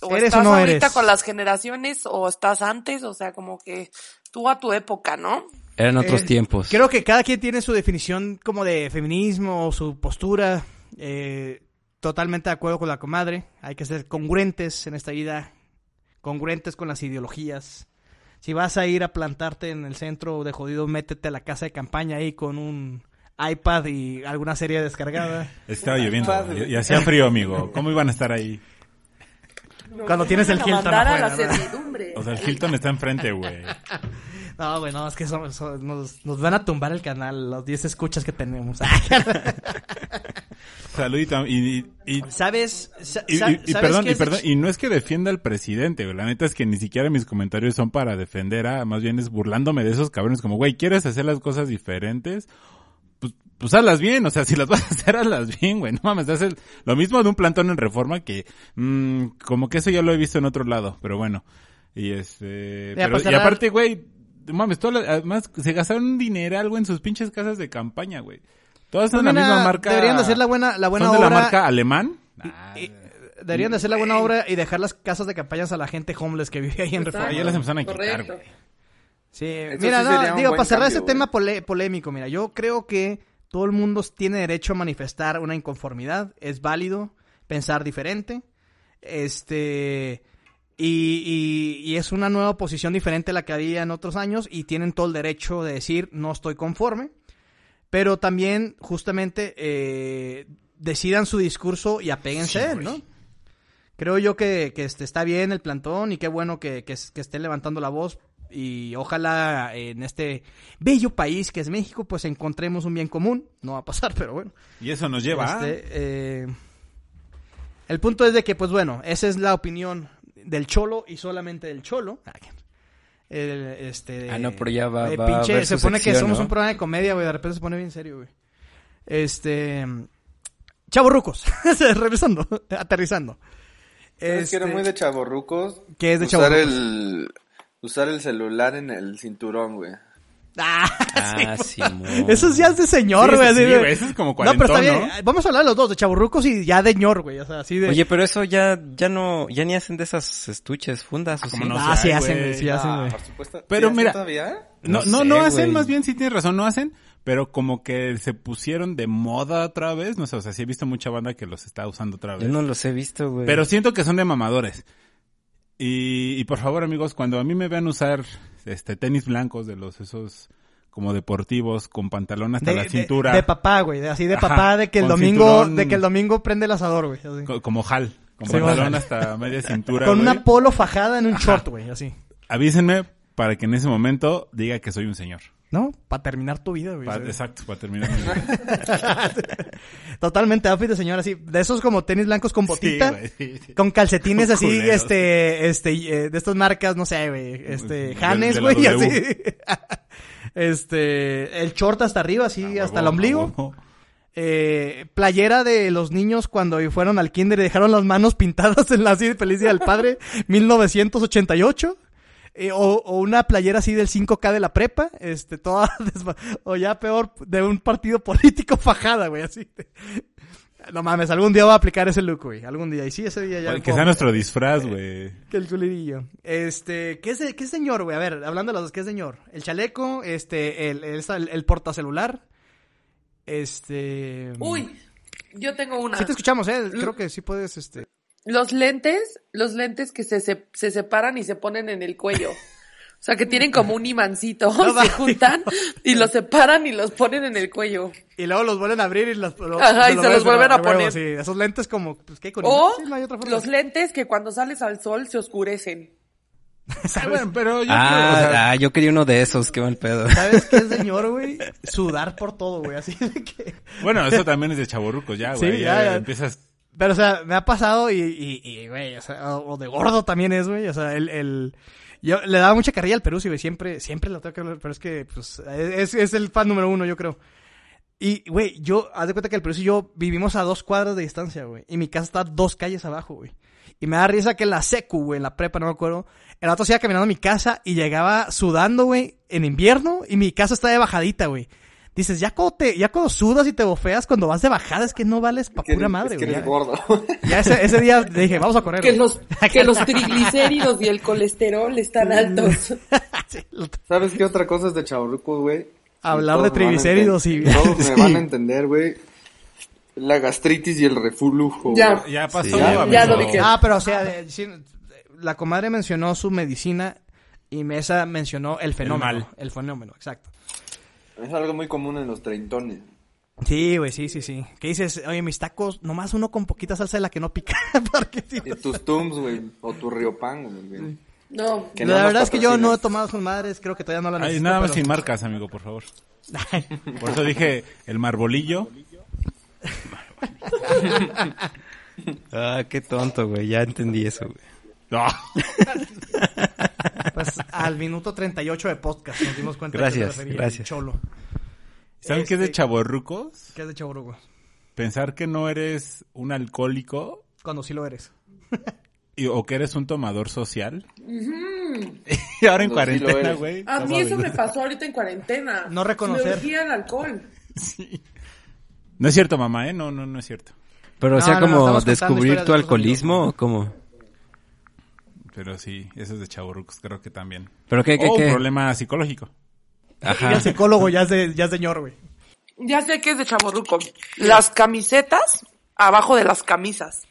B: o
A: ¿Eres
B: estás
A: o no
B: ahorita
A: eres?
B: con las generaciones o estás antes. O sea, como que tú a tu época, ¿no?
D: Eran otros
A: Eh,
D: tiempos.
A: Creo que cada quien tiene su definición como de feminismo o su postura. Eh, totalmente de acuerdo con la comadre. Hay que ser congruentes en esta vida, congruentes con las ideologías. Si vas a ir a plantarte en el centro de jodido, métete a la casa de campaña ahí con un iPad y alguna serie descargada.
C: Estaba lloviendo
E: padre.
C: y, y hacía frío, amigo. ¿Cómo iban a estar ahí?
A: Cuando tienes el
B: Van a
A: Hilton
B: mandar a la
A: afuera, ¿verdad?
B: servidumbre.
C: O sea, el Hilton está enfrente, güey.
A: No, güey, no, es que son- son- nos, nos van a tumbar el canal, los 10 escuchas que tenemos.
C: Saludito. Y, y, y-
A: ¿Sabes? sa-
C: y-
A: sa-
C: y- y
A: ¿sabes
C: perdón,
A: qué
C: y
A: es de
C: perdón,
A: ch-
C: y no es que defienda al presidente, güey. La neta es que ni siquiera mis comentarios son para defender a, más bien es burlándome de esos cabrones. Como, güey, ¿quieres hacer las cosas diferentes? Pues, pues hazlas bien, o sea, si las vas a hacer, hazlas bien, güey. No mames, haces lo mismo de un plantón en reforma que, mm, como que eso ya lo he visto en otro lado, pero bueno. Y este,
A: Ya
C: pero- y
A: pasará-
C: aparte, güey, no mames, todas las- además se gastaron un dineral, güey, en sus pinches casas de campaña, güey. Todas son de la
A: Pues Mira,
C: misma marca.
A: Deberían de hacer la buena, la buena
C: ¿Son de
A: obra.
C: la marca alemán?
A: y- deberían de hacer la buena obra y dejar las casas de campañas a la gente homeless que vive ahí en
B: Exacto.
C: Ahí
A: Reforma.
C: ya las empezaron a quitar,
B: Correcto.
C: güey.
A: Sí,
E: Eso
A: mira,
E: sí
A: no,
E: sería un
A: digo,
E: buen
A: para cerrar
E: cambio,
A: ese
E: güey.
A: tema pole- polémico, mira, yo creo que todo el mundo tiene derecho a manifestar una inconformidad, es válido pensar diferente, este, y, y- y es una nueva posición diferente a la que había en otros años y tienen todo el derecho de decir no estoy conforme, pero también justamente eh, decidan su discurso y apéguense a él, ¿no? Creo yo que, que este, está bien el plantón y qué bueno que, que, es- que estén levantando la voz. Y ojalá en este bello país que es México, pues encontremos un bien común. No va a pasar, pero bueno.
C: Y eso nos lleva a-
A: Este, eh, el punto es de que, pues bueno, esa es la opinión del Cholo y solamente del Cholo. El, este,
D: Ah, no, pero ya va-
A: de
D: va a haber
A: Se
D: su
A: pone que
D: sección,
A: somos
D: ¿no?
A: un programa de comedia, güey. De repente se pone bien serio, güey. Este. Chavos rucos. regresando, aterrizando.
E: Es que era
A: Este,
E: muy de chavorrucos.
A: ¿Qué es de
E: usar
A: chavorrucos?
E: el Usar el celular en el cinturón, güey.
A: Ah, sí,
D: Ah,
A: güey.
D: Simón.
A: Eso ya es de señor,
C: Sí,
A: güey.
C: ese
A: así
C: sí,
A: de-
C: güey, ese es como
A: No, pero está
C: cuarentón,
A: bien. Vamos a hablar de los dos, de chavorrucos y ya de ñor, güey. O sea, así de.
D: Oye, pero eso ya, ya no, ya ni hacen de esas estuches, fundas o
C: ¿cómo
D: sí?
C: no?
A: ah,
C: sé,
A: sí
C: ay,
A: hacen,
C: güey.
A: güey. Sí hacen,
E: Ah,
A: güey.
E: por supuesto.
C: Pero
E: ¿Sí,
C: mira-
E: ¿Todavía?
C: No,
D: No
C: no,
D: sé,
C: no hacen,
D: güey.
C: más bien sí tienes razón, no hacen, pero como que se pusieron de moda otra vez, no sé, o sea, sí he visto mucha banda que los está usando otra vez.
D: Yo no los he visto, güey.
C: Pero siento que son de mamadores. Y, y por favor, amigos, cuando a mí me vean usar este tenis blancos de los esos como deportivos con pantalón hasta
A: De,
C: la
A: de-
C: cintura,
A: de papá, güey. de- Así de
C: Ajá,
A: papá, de que el
C: con
A: domingo,
C: cinturón.
A: de que el domingo prende el asador, güey. así.
C: co- como Hal, con
A: Sí,
C: pantalón
A: bueno.
C: hasta media cintura,
A: Con
C: güey,
A: una polo fajada en un short, güey, así.
C: avísenme para que en ese momento diga que soy un señor.
A: ¿No? Para terminar tu vida, güey.
C: Pa-
A: Sí.
C: exacto, para terminar. mi vida.
A: Totalmente outfit de señora, así. De esos como tenis blancos con botita.
C: Sí, güey, sí, sí.
A: Con calcetines así,
C: Culeros.
A: este, este, y, eh, de estas marcas, no sé, güey,
C: De-
A: este,
C: de
A: Hanes,
C: la
A: güey, y así.
C: W.
A: este, el short hasta arriba, así,
C: A
A: hasta el
C: Ah, huevo, a
A: ombligo.
C: huevo.
A: Eh, playera de los niños cuando fueron al kinder y dejaron las manos pintadas en la así, Feliz Día del Padre, 1988. Eh, o, o una playera así del 5K de la prepa, este, toda, desma- o ya peor, de un partido político fajada, güey, así. No mames, algún día va a aplicar ese look, güey, algún día. Y sí, ese día ya.
C: Oye, que sea nuestro disfraz, güey.
A: Que el culidillo. Este, ¿qué es, de- qué es señor, güey? A ver, hablando de los dos, ¿qué es señor? El chaleco, este, el, el, el, portacelular, este...
B: Uy, yo tengo una.
A: Sí te escuchamos, eh. Creo que sí puedes, este.
B: Los lentes, los lentes que se, se, se separan y se ponen en el cuello. O sea, que tienen como un imancito, y
A: va.
B: se juntan y los separan y los ponen en el cuello.
A: Y luego los vuelven a abrir y los. los-
B: Ajá, y se los
A: ves,
B: vuelven
A: ¿no?
B: a
A: De huevo,
B: poner.
A: sí, esos lentes como, pues qué con
B: O
A: sí, no hay otra forma.
B: los lentes que cuando sales al sol se oscurecen.
C: Ah, bueno, pero yo
D: ah,
C: creo, o sea,
D: ah, yo quería uno de esos, qué mal pedo.
A: ¿Sabes qué es señor, güey? Sudar por todo, güey, así de que.
C: bueno, eso también es de chaborrucos ya,
A: Sí,
C: güey. ya,
A: ya, ya.
C: empiezas
A: Pero, o sea, me ha pasado y, y, y, güey, o sea, o o de gordo también es, güey, o sea, el, el... Yo le daba mucha carrilla al Perú, sí, güey, siempre, siempre lo tengo que hablar, pero es que, pues, es, es el fan número uno, yo creo. Y, güey, yo, haz de cuenta que el Perú y yo vivimos a dos cuadras de distancia, güey, y mi casa está dos calles abajo, güey. Y me da risa que en la secu, güey, en la prepa, no me acuerdo, el otro se iba caminando a mi casa y llegaba sudando, güey, en invierno, y mi casa está de bajadita, güey. Dices, ya cuando, te, ya cuando sudas y te bofeas, cuando vas de bajada, es que no vales pa'
E: Que
A: pura
E: eres-
A: madre,
E: es que
A: güey.
E: eres
A: ya.
E: gordo.
A: Ya ese, ese día dije, vamos a correr.
B: Que
A: güey. Mm.
B: los, que los triglicéridos y el colesterol están altos.
E: ¿Sabes qué otra cosa es de chavorrucos, güey?
A: Hablar
E: Todos
A: de
E: me van a
A: triglicéridos y-
E: enten- Todos
A: sí.
E: me van a entender, güey. La gastritis y el reflujo.
B: Ya.
E: güey.
C: Ya pasó.
D: Sí, ya,
C: amigo.
B: ya lo dije.
A: Ah, pero o sea, de- sí, la comadre mencionó su medicina y Mesa mencionó el fenómeno.
C: mal.
A: el fenómeno, exacto.
E: Es algo muy común en los treintones.
A: Sí, güey, sí, sí, sí. ¿Qué dices? Oye, mis tacos, nomás uno con poquita salsa de la que no pica. Porque sí.
E: Y tus tums, güey. O tu riopan, güey.
B: No.
E: Que no
A: la
E: nos
A: verdad es que yo
E: patrocinan.
A: no he tomado sus madres, creo que todavía Ah, no la
C: Ay,
A: necesito.
C: nada más
A: pero-
C: sin marcas, amigo, por favor.
A: Ay,
C: Por eso dije el marbolillo.
D: Ah, qué tonto, güey. Ya entendí eso, güey.
C: No.
A: pues al minuto 38 de podcast nos dimos cuenta
D: Gracias,
A: que te refería
D: gracias.
A: el cholo.
C: ¿Saben qué es de
A: Este-
C: chavorrucos?
A: ¿Qué es de Chaburugo?
C: Pensar que no eres un alcohólico
A: Cuando sí lo eres.
C: y- o que eres un tomador social. y ahora en
E: No, sí lo
C: cuarentena,
E: eres.
C: güey.
B: A
C: no
B: mí eso me
C: mames.
B: pasó ahorita en cuarentena.
A: No reconocer.
B: Me urgía el alcohol.
C: No es cierto, mamá, ¿eh? No, no, no es cierto.
D: Pero, o
A: No,
D: sea,
A: no, no,
D: como
A: estamos contando
D: descubrir
A: historias
D: tu
A: de otros
D: alcoholismo o cómo.
C: Pero sí, eso es de chavorrucos, creo que también.
D: ¿Pero qué, qué,
C: o un
D: qué?
C: Oh, problema psicológico. Ah.
A: Y el
D: Ajá.
A: psicólogo ya es, de, ya es señor, güey.
B: Ya sé que es de chaborruco. Las camisetas abajo de las camisas.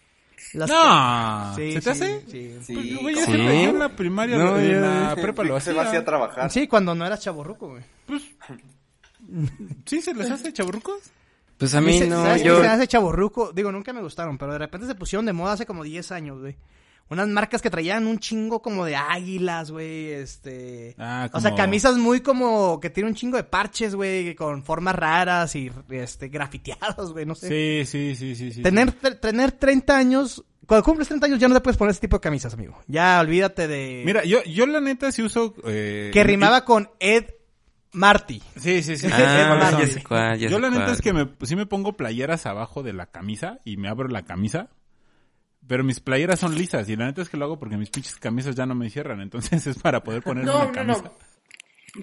A: Las-
C: No,
A: Sí,
C: ¿se te
A: sí,
C: hace?
A: sí.
C: Pues,
E: Sí,
C: güey, yo
D: ¿cómo
C: siempre-
D: no?
C: yo en la primaria,
D: No,
C: en
D: yo-
C: la prepa lo
E: se va así a
C: hacía.
E: trabajar.
A: Sí, cuando no eras chaborruco, güey.
C: ¿Sí se les hace chavorrucos?
D: Pues a mí
A: se-
D: no,
A: ¿sabes qué
D: yo... Ah,
A: se me hace chaborruco? Digo, nunca me gustaron, pero de repente se pusieron de moda hace como 10 años, güey. Unas marcas que traían un chingo como de águilas, güey, este...
C: Ah,
A: O sea,
C: como-
A: camisas muy como que tienen un chingo de parches, güey, con formas raras y, este, grafiteados, güey, no sé.
C: Sí, sí, sí, sí. sí
A: Tener, tre- tener 30 años... Cuando cumples 30 años ya no te puedes poner ese tipo de camisas, amigo. Ya, olvídate de...
C: Mira, yo, yo la neta sí uso... eh,
A: Que rimaba con Ed Marty.
C: Sí, sí, sí.
D: Ah,
A: Perdón.
D: ya sé cuál, ya
C: yo
D: sé
C: la neta
D: cuál.
C: es que me, sí me pongo playeras abajo de la camisa y me abro la camisa. Pero mis playeras son lisas y la neta es que lo hago porque mis pinches camisas ya no me cierran. Entonces es para poder ponerme
B: No,
C: una
B: no,
C: camisa.
B: no.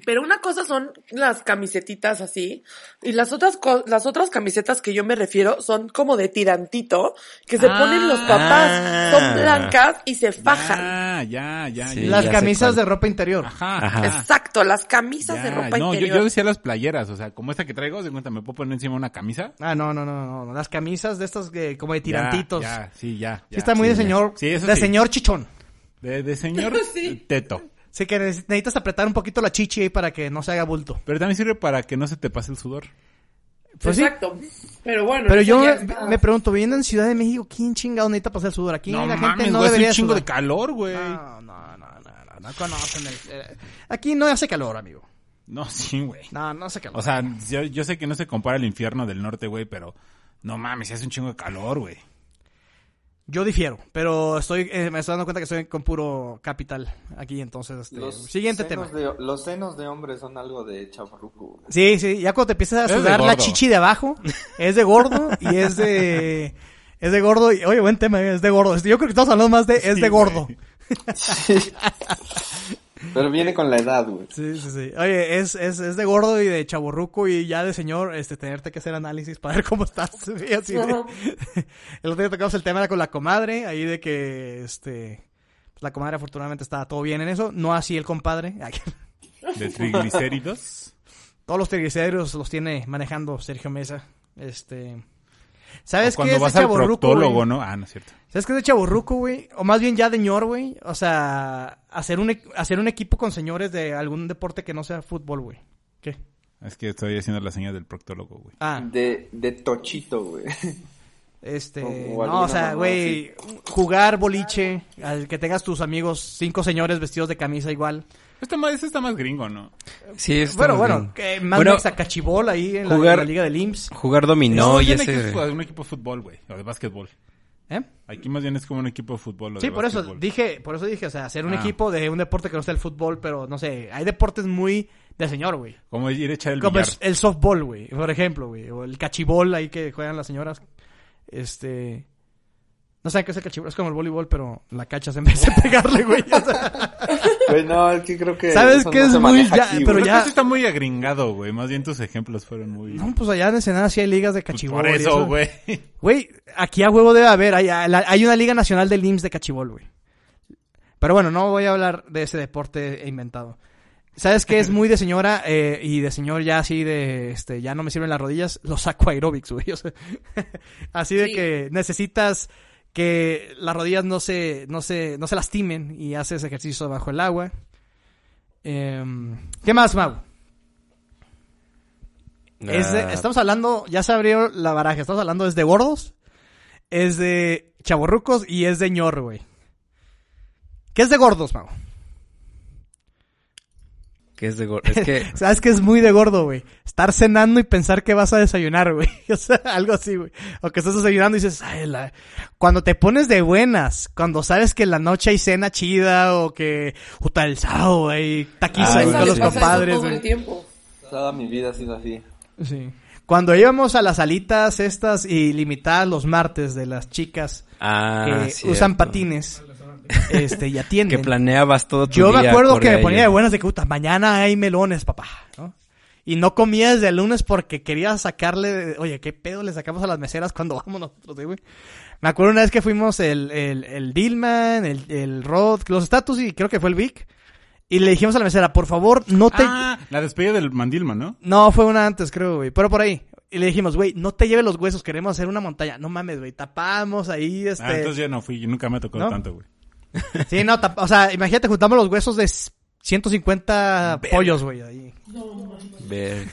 B: Pero una cosa son las camisetitas así y las otras co- las otras camisetas que yo me refiero son como de tirantito que se
C: Ah.
B: ponen los papás,
A: Ah.
B: son blancas y se fajan.
C: Ah, ya, ya,
D: Sí,
C: ya.
A: Las
D: ya sé
A: camisas
D: cuál.
A: de ropa interior.
C: Ajá,
A: Ah.
D: Ajá.
C: ajá.
B: Exacto, las camisas de
C: Ya,
B: ropa
C: no, yo,
B: interior.
C: yo decía las playeras, o sea, como esta que traigo, de cuenta, me puedo poner encima una camisa.
A: Ah, no, no, no, no, no. Las camisas de estas que- como de tirantitos.
C: Ya, ya, sí, ya.
A: Sí
C: ya,
A: está muy de
C: ya.
A: señor,
C: Sí, eso
A: de
C: sí.
A: señor chichón.
C: De, de señor
B: Sí.
C: teto.
A: Sí que neces- necesitas apretar un poquito la chichi ahí para que no se haga bulto.
C: Pero también sirve para que no se te pase el sudor.
A: Pues sí.
B: Exacto. Pero bueno,
A: Pero
B: eso
A: yo
B: ya ah.
A: me,
B: está.
A: me pregunto, viviendo en Ciudad de México, ¿quién chingado necesita pasar sudor? Aquí
C: no
A: la
C: mames,
A: gente no
C: güey, hace
A: debería
C: un chingo de
A: sudar.
C: calor, güey.
A: No, no, no, no, no, no conocen el- eh, Aquí no hace calor, amigo.
C: No, sí, güey.
A: No, no hace calor.
C: O sea, yo, yo sé que no se compara el infierno del norte, güey, pero no mames, hace un chingo de calor, güey.
A: yo difiero, pero estoy, eh, me estoy dando cuenta que estoy con puro capital aquí, entonces, este, siguiente tema.
E: senos de- los senos de hombre son algo de chavorruco, güey.
A: Sí, sí, ya cuando te empiezas
C: Es
A: a
C: de
A: sudar la
C: gordo.
A: chichi de abajo, es de gordo y es de... Es de gordo y... Oye, buen tema, es de gordo. Yo creo que estamos hablando más de... Es
C: Sí,
A: de gordo.
C: güey.
E: Pero viene con la edad, güey.
A: Sí, sí, sí. Oye, es, es, es de gordo y de chaborruco y ya de señor, este, tenerte que hacer análisis para ver cómo estás. sí, así de-
B: Ajá.
A: El otro día tocamos el tema era con la comadre, ahí de que, este... pues, La comadre afortunadamente estaba todo bien en eso, no así el compadre. Ay,
C: De triglicéridos.
A: Todos los triglicéridos los tiene manejando Sergio Mesa. Este... ¿Sabes
C: O
A: qué
C: cuando
A: es
C: vas
A: de
C: al
A: chavorruco,
C: proctólogo,
A: güey?
C: ¿no? Ah, no es cierto.
A: ¿Sabes qué es de chaburruco, güey? O más bien ya de ñor, güey. O sea, hacer un, e- hacer un equipo con señores de algún deporte que no sea fútbol, güey. ¿Qué?
C: Es que estoy haciendo la señal del proctólogo, güey.
A: Ah,
E: De, de tochito, güey.
A: este...
E: o- o
A: no, o
E: alguna
A: sea,
E: mamada
A: güey, jugar boliche, al que tengas tus amigos, cinco señores vestidos de camisa igual.
C: Esto más, este está más gringo, ¿no?
D: Sí, eso está
A: Bueno,
D: muy
A: bueno,
D: bien.
A: que más
D: Bueno,
A: mexacachibol ahí en la,
D: jugar-
A: en la liga del IMSS.
D: Jugar dominó y
C: es un
D: ese...
C: equipo, un equipo de fútbol, güey, o de básquetbol.
A: ¿Eh?
C: Aquí más bien es como un equipo de fútbol. o de
A: Sí, por eso
C: básquetbol.
A: dije, por eso dije, o sea, hacer un
C: Ah.
A: equipo de un deporte que no sea el fútbol, pero no sé, hay deportes muy de señor, güey.
C: Como ir a echar el
A: Como
C: billar.
A: es el softball, güey, por ejemplo, güey. O el cachibol ahí que juegan las señoras. Este. No saben qué es el cachibol, es como el voleibol, pero la cachas en vez de pegarle, güey. O sea,
E: Güey, no, es que creo que.
A: ¿Sabes
E: eso
A: qué
E: no
A: es
E: se
A: muy
E: maneja
A: ya-
E: aquí,
A: pero
E: güey.
C: Pero
A: ya-
C: esto está muy agringado, güey. Más bien tus ejemplos fueron muy...
A: no, pues allá en Ensenada sí hay ligas de
C: Pues
A: cachibol.
C: por
A: y
C: eso, güey.
A: Güey, aquí a huevo debe haber, hay, hay una liga nacional del IMSS de cachibol, güey. Pero bueno, no voy a hablar de ese deporte inventado. ¿Sabes qué es muy de señora eh, y de señor ya así de, este, ya no me sirven las rodillas? Los saco aeróbics, güey. o sea, así de
B: Sí.
A: que necesitas que las rodillas no se, no se, no se lastimen y haces ejercicio bajo el agua. Em, ¿Qué más, Mau? Es de-
D: Ah,
A: estamos hablando, ya se abrió la baraja, estamos hablando es de gordos, es de chaborrucos y es de ñor, güey. ¿Qué es de gordos, Mau?
D: Que es de gor- Es que
A: Sabes que es muy de gordo, güey. Estar cenando y pensar que vas a desayunar, güey. O sea, algo así, güey. O que estás desayunando y dices, ay, la... cuando te pones de buenas, cuando sabes que en la noche hay cena chida o que puta el sábado, güey,
B: Ah,
A: taquiza
D: Ay,
A: güey,
D: sí,
A: con los
D: sí, sí.
A: compadres,
B: Todo el
A: güey.
B: tiempo.
E: Toda mi vida ha sido así.
A: Sí. Cuando íbamos a las alitas estas ilimitadas los martes de las chicas
D: ah,
A: que
D: cierto.
A: usan patines, este, y
D: Que
A: atienden.
D: planeabas todo tu
A: Yo me
D: día
A: acuerdo
D: por
A: que me ponía de
D: ello.
A: buenas de que, puta, mañana hay melones, papá, ¿no? Y no comía desde el lunes porque quería sacarle, oye, ¿qué pedo le sacamos a las meseras cuando vamos nosotros, eh, güey? Me acuerdo una vez que fuimos el, el, el Dillman, el, el Rod, los Status y creo que fue el Vic. Y le dijimos a la mesera, por favor, no te...
C: Ah, la despedida del Mandilma, ¿no? Ah,
A: No, fue una antes, creo, güey. Pero por ahí. Y le dijimos, güey, no te lleves los huesos, queremos hacer una montaña. No mames, güey, tapamos ahí, este...
C: Ah, entonces yo no fui, yo nunca me ha tocado
A: ¿No?
C: tanto, güey.
A: Sí, no, tap- o sea, imagínate, juntamos los huesos de s- 150 pollos, güey, ahí.
D: Ver.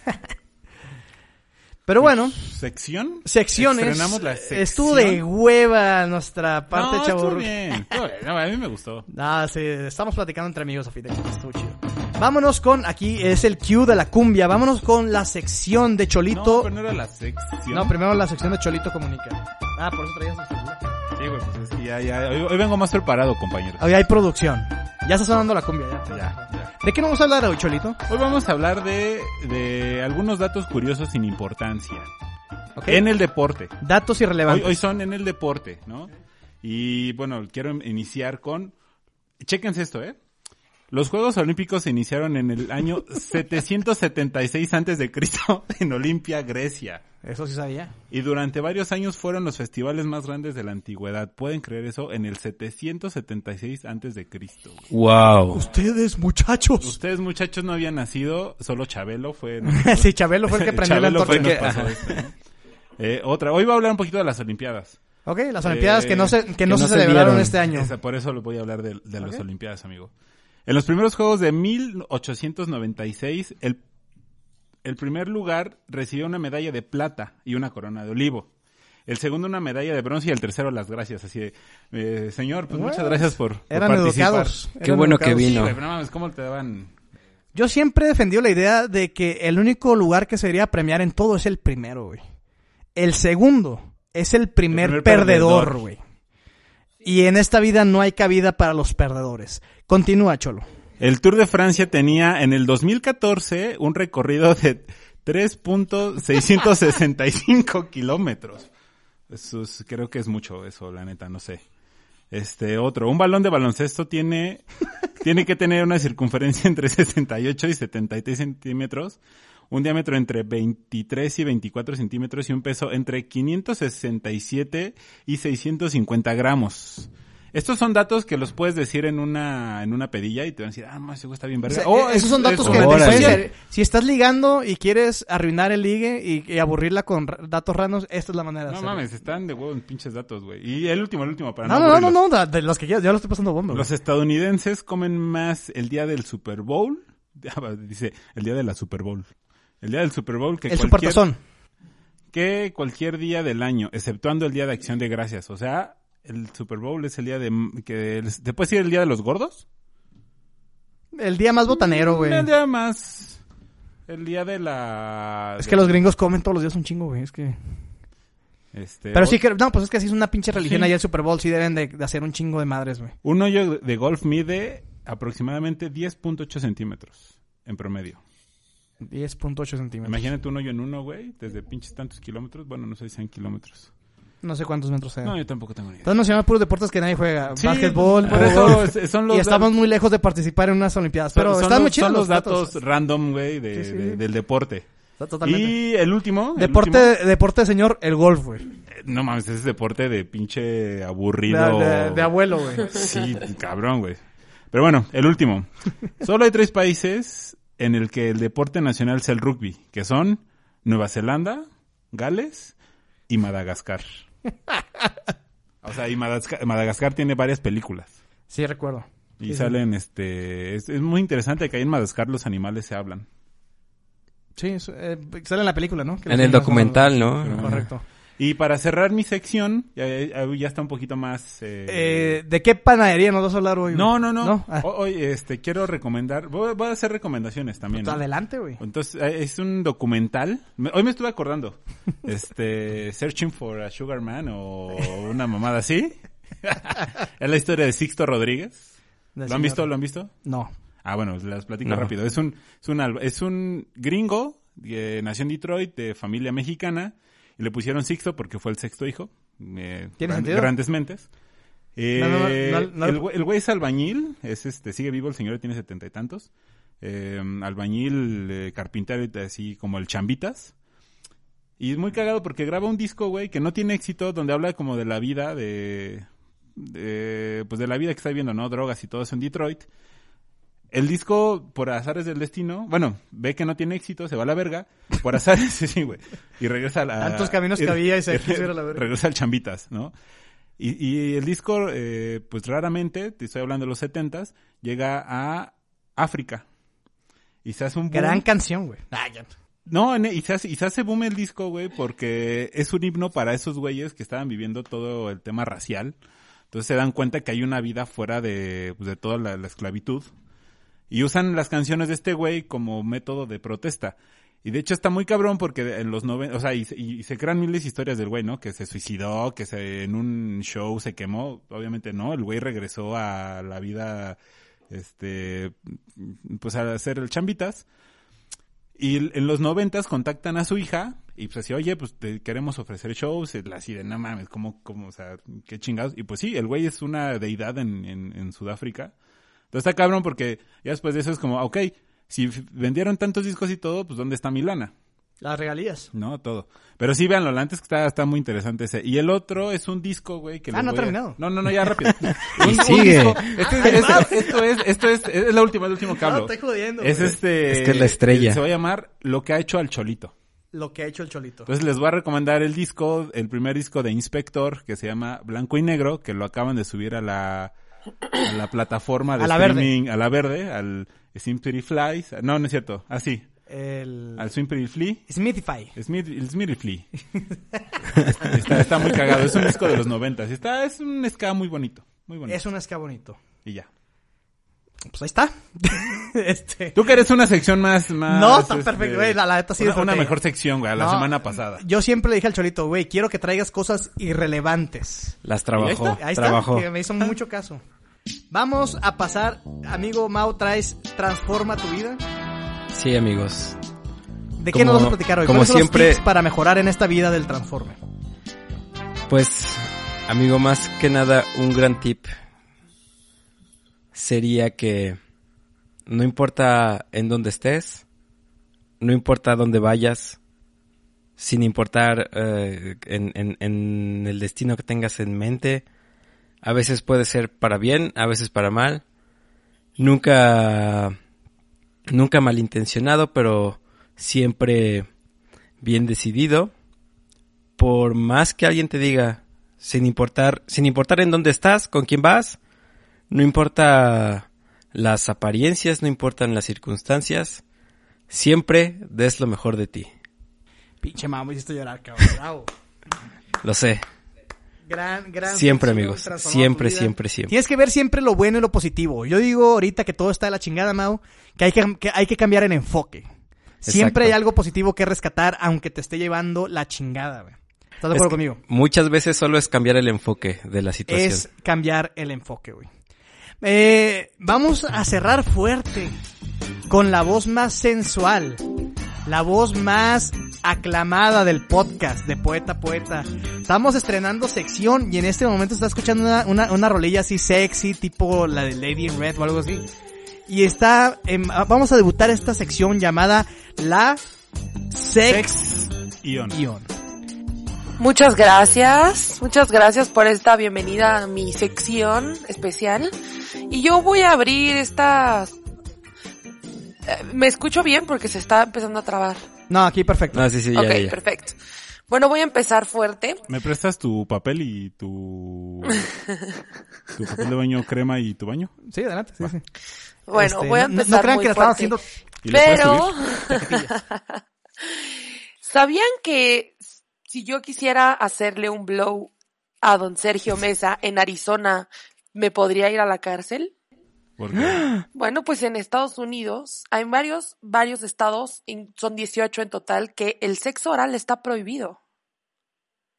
A: Pero bueno,
C: ¿Sección?
A: secciones.
C: Pues,
A: Eh,
C: Estrenamos la sección.
A: Estuvo de hueva nuestra parte,
C: no,
A: chavo.
C: estuvo bien. estuvo bien. No, a mí me gustó.
A: Ah, sí, estamos platicando entre amigos, a fin de cuentas, estuvo chido. Vámonos con, aquí es el cue de la cumbia, vámonos con la sección de
C: No,
A: Cholito.
C: pero no era la sección.
A: No, primero la sección de Cholito Comunica. Ah, por eso traías el celular.
C: Sí, güey, pues es que ya, ya. Hoy, hoy vengo más preparado, compañero.
A: Hoy hay producción. Ya está sonando la cumbia, ya.
C: Ya, ya.
A: ¿De qué no vamos a hablar hoy, Cholito?
C: Hoy vamos a hablar de, de algunos datos curiosos sin importancia.
A: Ok.
C: En el deporte.
A: Datos
C: Hoy,
A: irrelevantes.
C: hoy son en el deporte, ¿no? Y bueno, quiero iniciar con... Chéquense esto, ¿eh? Los Juegos Olímpicos se iniciaron en el año 776 antes de Cristo en Olimpia, Grecia.
A: Eso sí sabía.
C: Y durante varios años fueron los festivales más grandes de la antigüedad. ¿Pueden creer eso? En el 776 antes de Cristo. güey.
D: Wow.
A: Ustedes, muchachos.
C: Ustedes muchachos no habían nacido, solo Chabelo fue...
A: sí, Chabelo fue el que prendió la
C: Chabelo fue el que
A: antorcha.
C: pasó esto, ¿no? Eh, otra, hoy voy a hablar un poquito de las Olimpiadas.
A: Ok, las Olimpiadas que no se, que no
D: no
A: se,
D: se
A: celebraron
D: dieron.
A: este año.
C: Esa- por eso lo voy a hablar de, de las Olimpiadas, amigo. En los primeros Juegos de 1896, el, el primer lugar recibió una medalla de plata y una corona de olivo. El segundo una medalla de bronce y el tercero las gracias. Así de, eh, señor, pues muchas gracias por, por
A: Eran
C: participar.
A: educados.
D: Qué
A: eran
D: bueno que
C: Sí,
D: vino.
C: güey, pero no mames, ¿cómo te daban?
A: Yo siempre he defendido la idea de que el único lugar que se debería premiar en todo es el primero, güey. El segundo es el primer,
C: primer
A: perdedor,
C: perdedor.
A: güey. Y en esta vida no hay cabida para los perdedores. Continúa, Cholo.
C: El Tour de Francia tenía en el 2014 un recorrido de 3.665 kilómetros. Eso es- creo que es mucho eso, la neta, no sé. Este otro, un balón de baloncesto tiene, tiene que tener una circunferencia entre 68 y 73 centímetros, un diámetro entre 23 y 24 centímetros y un peso entre 567 y 650 gramos. Estos son datos que los puedes decir en una, en una pedilla y te van a decir, ah, no, eso está bien
A: O
C: verga.
A: sea,
C: Oh,
A: eh, esos son
C: es-
A: datos
C: es
A: que te
D: órale.
A: pueden
C: comercial.
A: ser- Si estás ligando y quieres arruinar el ligue y, y aburrirla con ra- datos raros, esta es la manera de
C: No
A: hacerlo.
C: mames, están de huevo en pinches datos, güey. Y el último, el último, para
A: No, no, no,
C: aburrirlos.
A: no, no, de los que quieras. Yo lo estoy pasando bomba. güey.
C: Los estadounidenses comen más el día del Super Bowl. Dice, el día de la Super Bowl. El día del Super Bowl que
A: El
C: cualquier,
A: supertazón.
C: que cualquier día del año, exceptuando el día de Acción de Gracias. O sea, el Super Bowl es el día de... Que el- ¿Te puedes decir el día de los gordos?
A: El día más botanero, güey.
C: El día más... El día de la...
A: Es que los gringos comen todos los días un chingo, güey. Es que...
C: Este,
A: Pero sí que... No, pues es que así es una pinche religión
C: Sí.
A: allá el Super Bowl. Sí deben de, de hacer un chingo de madres, güey.
C: Un hoyo de golf mide aproximadamente 10.8 centímetros en promedio.
A: 10.8 centímetros.
C: Imagínate un hoyo en uno, güey, desde pinches tantos kilómetros. Bueno, no sé si sean kilómetros.
A: No sé cuántos metros sean.
C: No, yo tampoco tengo ni idea.
A: Estás mencionando puros deportes que nadie juega.
C: Sí,
A: Básquetbol,
C: por
A: fútbol.
C: eso es- son los
A: Y estamos
C: datos-
A: muy lejos de participar en unas Olimpiadas. Pero
C: son
A: están
C: los-
A: muy chidos
C: son los datos,
A: datos.
C: random, güey, de-
A: Sí, sí.
C: de- del deporte.
A: Está Totalmente.
C: Y el último. el
A: Deporte,
C: último-
A: deporte, señor, el golf, güey.
C: eh, no mames, ese es deporte de pinche
A: De,
C: aburrido.
A: de- de abuelo, güey.
C: Sí, cabrón, güey. Pero bueno, el último. Solo hay tres países en el que el deporte nacional sea el rugby, que son Nueva Zelanda, Gales y Madagascar. O sea, y Madagascar, Madagascar tiene varias películas.
A: Sí, recuerdo.
C: Y
A: Sí, sí.
C: salen, este... Es, es muy interesante que ahí en Madagascar los animales se hablan.
A: Sí, eso, eh, sale en la película, ¿no? Que
D: En
A: los
D: el
A: niños
D: documental,
A: son-
D: ¿no?
A: Correcto.
C: Y para cerrar mi sección, ya, ya- ya está un poquito más... eh,
A: Eh, ¿De qué panadería nos vas a hablar hoy? güey?
C: No, no, no.
A: Ah,
C: O- Hoy este, quiero recomendar, voy, voy a hacer recomendaciones también. ¿no?
A: pues adelante, güey.
C: Entonces, eh, es un documental. Me- Hoy me estuve acordando. Este, Searching for a Sugar Man o una mamada así. es la historia de Sixto Rodríguez. ¿Lo han visto? ¿Lo han visto?
A: No.
C: Ah, bueno, las platico
D: No.
C: rápido. Es un, es un, alba- es un gringo, eh, nació en Detroit, de familia mexicana, y le pusieron Sixto porque fue el sexto hijo. Eh,
A: ¿Tiene sentido?
C: Grandes mentes. Eh,
A: No, no, no, no, no.
C: el, güey- el güey es albañil, es este, sigue vivo, el señor tiene setenta y tantos. Eh, albañil, eh, carpintero, y así como el chambitas. Y es muy cagado porque graba un disco, güey, que no tiene éxito, donde habla como de la vida, de, de, pues de la vida que está viviendo, ¿no? Drogas y todo eso en Detroit. El disco, por azares del destino, bueno, ve que no tiene éxito, se va a la verga, por azares, sí, sí, güey, y regresa a la...
A: Tantos caminos que había y se quiso ir a la verga.
C: Regresa al Chambitas, ¿no? Y, y el disco, eh, pues raramente, te estoy hablando de los setentas, llega a África. Y se hace un boom.
A: Gran canción, güey. Ah, ya.
C: No, en- e, y se, hace, y se hace boom el disco, güey, porque es un himno para esos güeyes que estaban viviendo todo el tema racial. Entonces se dan cuenta que hay una vida fuera de, pues, de toda la, la esclavitud. Y usan las canciones de este güey como método de protesta. Y de hecho está muy cabrón porque en los 90, o sea, y, se- y se crean miles de historias del güey, ¿no? Que se suicidó, que se, en un show se quemó. Obviamente no, el güey regresó a la vida, este, pues a hacer el chambitas. Y l- en los noventas contactan a su hija y pues así, oye, pues te queremos ofrecer shows, y la así de, no mames, ¿cómo, cómo, o sea, qué chingados? Y pues sí, el güey es una deidad en, en, en Sudáfrica. Entonces está cabrón porque ya después de eso es como, ok, si f- vendieron tantos discos y todo, pues ¿dónde está mi lana?
A: Las regalías.
C: No, todo. Pero sí, véanlo, la antes que está, está muy interesante ese. Y el otro es un disco, güey, que
A: Ah,
C: les
A: no ha
C: voy a-
A: terminado.
C: No, no, no, ya rápido. Un- un
D: sigue.
C: disco- Este es- es- esto es, esto es, es la última, el último que hablo.
A: No, estoy jodiendo,
C: Ah, Es
A: güey.
C: este.
D: Es que es la estrella.
C: Se va a llamar Lo que ha hecho al Cholito.
A: Lo que ha hecho el Cholito.
C: Entonces les voy a recomendar el disco, el primer disco de Inspector, que se llama Blanco y Negro, que lo acaban de subir a la, a la plataforma de
A: A la verde.
C: streaming, a la verde, al Swim Pretty Flies. No, no es cierto. Así,
A: El...
C: al Swim Pretty Flea.
A: Smithify.
C: Smith, el Smitty Flea. está, está muy cagado. Es un disco de los noventas. Está, es un ska muy bonito. Muy bonito.
A: Es un esca bonito.
C: Y ya.
A: Pues ahí está. este...
C: Tú quieres una sección más, más. este,
A: No, está perfecto, güey, la- la neta sí
C: una,
A: disfruté.
C: una mejor sección, güey. La
A: No,
C: semana pasada.
A: Yo siempre le dije al Cholito, güey, quiero que traigas cosas irrelevantes.
D: Las
C: ¿Y ahí
D: trabajó,
C: está?
A: Ahí
D: trabajó.
A: está, que me hizo mucho caso. Vamos a pasar, amigo Mau, traes Transforma tu vida.
D: Sí, amigos.
A: ¿De qué
D: Como-
A: nos vas a platicar hoy?
D: como
A: ¿Cuáles son los
D: siempre-
A: tips para mejorar en esta vida del transforme?
D: Pues, amigo, más que nada, un gran tip sería que no importa en dónde estés, no importa dónde vayas, sin importar eh, en, en- en el destino que tengas en mente, a veces puede ser para bien, a veces para mal, nunca, nunca malintencionado, pero siempre bien decidido por más que alguien te diga, sin importar, sin importar en dónde estás, con quién vas, no importa las apariencias, no importan las circunstancias, siempre des lo mejor de ti.
A: Pinche Mau, me hiciste llorar, cabrón. Bravo.
D: Lo sé.
A: Gran, gran.
D: Siempre,
A: sección,
D: amigos.
A: transformar
D: Siempre,
A: tu vida.
D: siempre, siempre.
A: Tienes que ver siempre lo bueno y lo positivo. Yo digo ahorita que todo está de la chingada, Mau, que hay que, que hay que cambiar el enfoque. Siempre
D: Exacto.
A: hay algo positivo que rescatar, aunque te esté llevando la chingada, güey. ¿Estás de
D: Es
A: acuerdo
D: que
A: conmigo?
D: Muchas veces solo es cambiar el enfoque de la situación.
A: Es cambiar el enfoque, güey. Eh, vamos a cerrar fuerte con la voz más sensual, la voz más aclamada del podcast de Poeta a Poeta. Estamos estrenando sección y en este momento está escuchando una, una, una rolilla así sexy, tipo la de Lady in Red o algo así. Y está, em, vamos a debutar esta sección llamada La Sexión.
C: Ion.
B: Muchas gracias, muchas gracias por esta bienvenida a mi sección especial. Y yo voy a abrir estas... Eh, Me escucho bien porque se está empezando a trabar.
A: No, aquí perfecto.
D: No, sí, sí, ya,
B: ok,
D: ya, ya.
B: perfecto. Bueno, voy a empezar fuerte.
C: ¿Me prestas tu papel y tu... tu papel de baño crema y tu baño?
A: Sí, adelante. Sí, sí.
B: Bueno,
A: Este,
B: voy a
A: no- no-
B: empezar
A: No crean
B: muy
A: que la estaba
B: fuerte.
A: haciendo.
C: ¿Y le puedes
B: Pero,
C: subir?
B: ¿sabían que si yo quisiera hacerle un blow a don Sergio Mesa en Arizona, me podría ir a la cárcel?
C: ¿Por qué?
B: Bueno, pues en Estados Unidos hay varios, varios estados, en- son 18 en total, que el sexo oral está prohibido.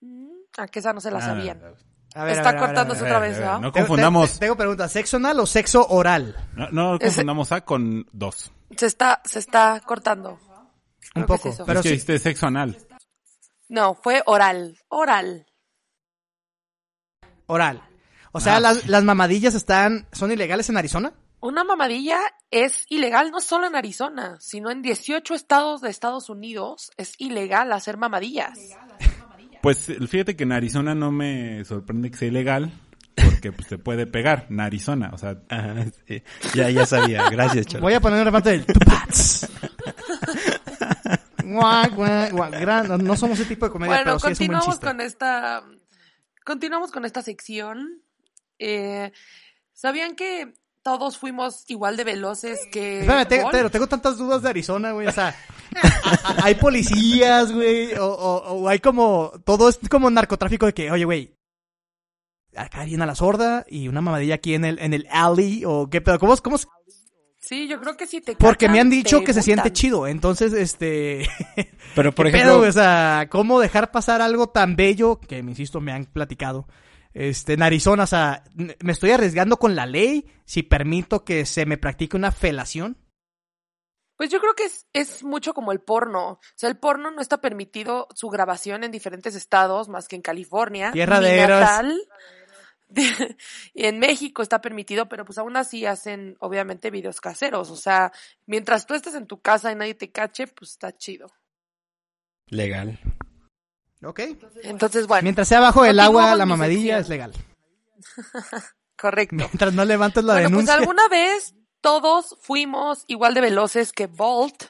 B: Mm, A que esa no se la sabían.
A: A ver, a ver,
B: Está
A: a ver, a ver.
B: cortándose otra vez,
C: ah, No,
B: ¿verdad?
A: Tengo-
C: confundamos,
A: Tengo preguntas, ¿sexo anal o sexo oral?
C: no, no confundamos A con dos.
B: Se está, se está cortando.
A: Un
B: Creo que es
A: poco.
B: eso.
A: pero
C: es que
A: sí.
C: dijiste sexo anal.
B: No, fue oral, oral.
A: Oral. O sea,
C: Ah.
A: las, las mamadillas están, son ilegales en Arizona.
B: Una mamadilla es ilegal no solo en Arizona, sino en 18 estados de Estados Unidos es ilegal hacer mamadillas.
C: Pues fíjate que en Arizona no me sorprende que sea ilegal, porque pues, se puede pegar, en Arizona, o sea...
D: Ajá, sí. Ya, ya sabía. Gracias, Cholo.
A: Voy a poner un remate del Tupats. Guau, guau, guau. Gran- no, no somos ese tipo de comedia,
B: bueno,
A: pero sí es un buen
B: continuamos
A: chiste.
B: con esta continuamos con esta sección. Eh, ¿Sabían que todos fuimos igual de veloces que
A: Espérame, te-
B: Ball?
A: pero tengo tantas dudas de Arizona, güey. O sea, a- a- hay policías, güey. O, o- o hay como. Todo es como narcotráfico de que, oye, güey. Acá viene a la sorda y una mamadilla aquí en el, en el alley. O qué pedo. ¿Cómo, es- cómo es?
B: Sí, yo creo que sí te
A: Porque me
B: cachan,
A: han dicho
B: te
A: que se siente
B: multan.
A: chido. Entonces, este.
D: Pero, por
A: ¿Qué
D: ejemplo,
A: pedo, güey? o sea, cómo dejar pasar algo tan bello que, me insisto, me han platicado. Este, en Arizona, o sea, n- me estoy arriesgando con la ley si permito que se me practique una felación.
B: Pues yo creo que es, es mucho como el porno. O sea, el porno no está permitido su grabación en diferentes estados más que en California.
A: Tierra
B: mi
A: de héroes.
B: natal. Y en México está permitido, pero pues aún así hacen, obviamente, videos caseros. O sea, mientras tú estés en tu casa y nadie te cache, pues está chido.
D: legal.
A: ¿Ok?
B: Entonces, bueno,
A: Mientras sea bajo el
B: Continuamos
A: agua, la
B: mi
A: mamadilla
B: sección.
A: es legal.
B: correcto.
A: Mientras no levantes la
B: bueno,
A: denuncia.
B: pues alguna vez todos fuimos igual de veloces que Bolt.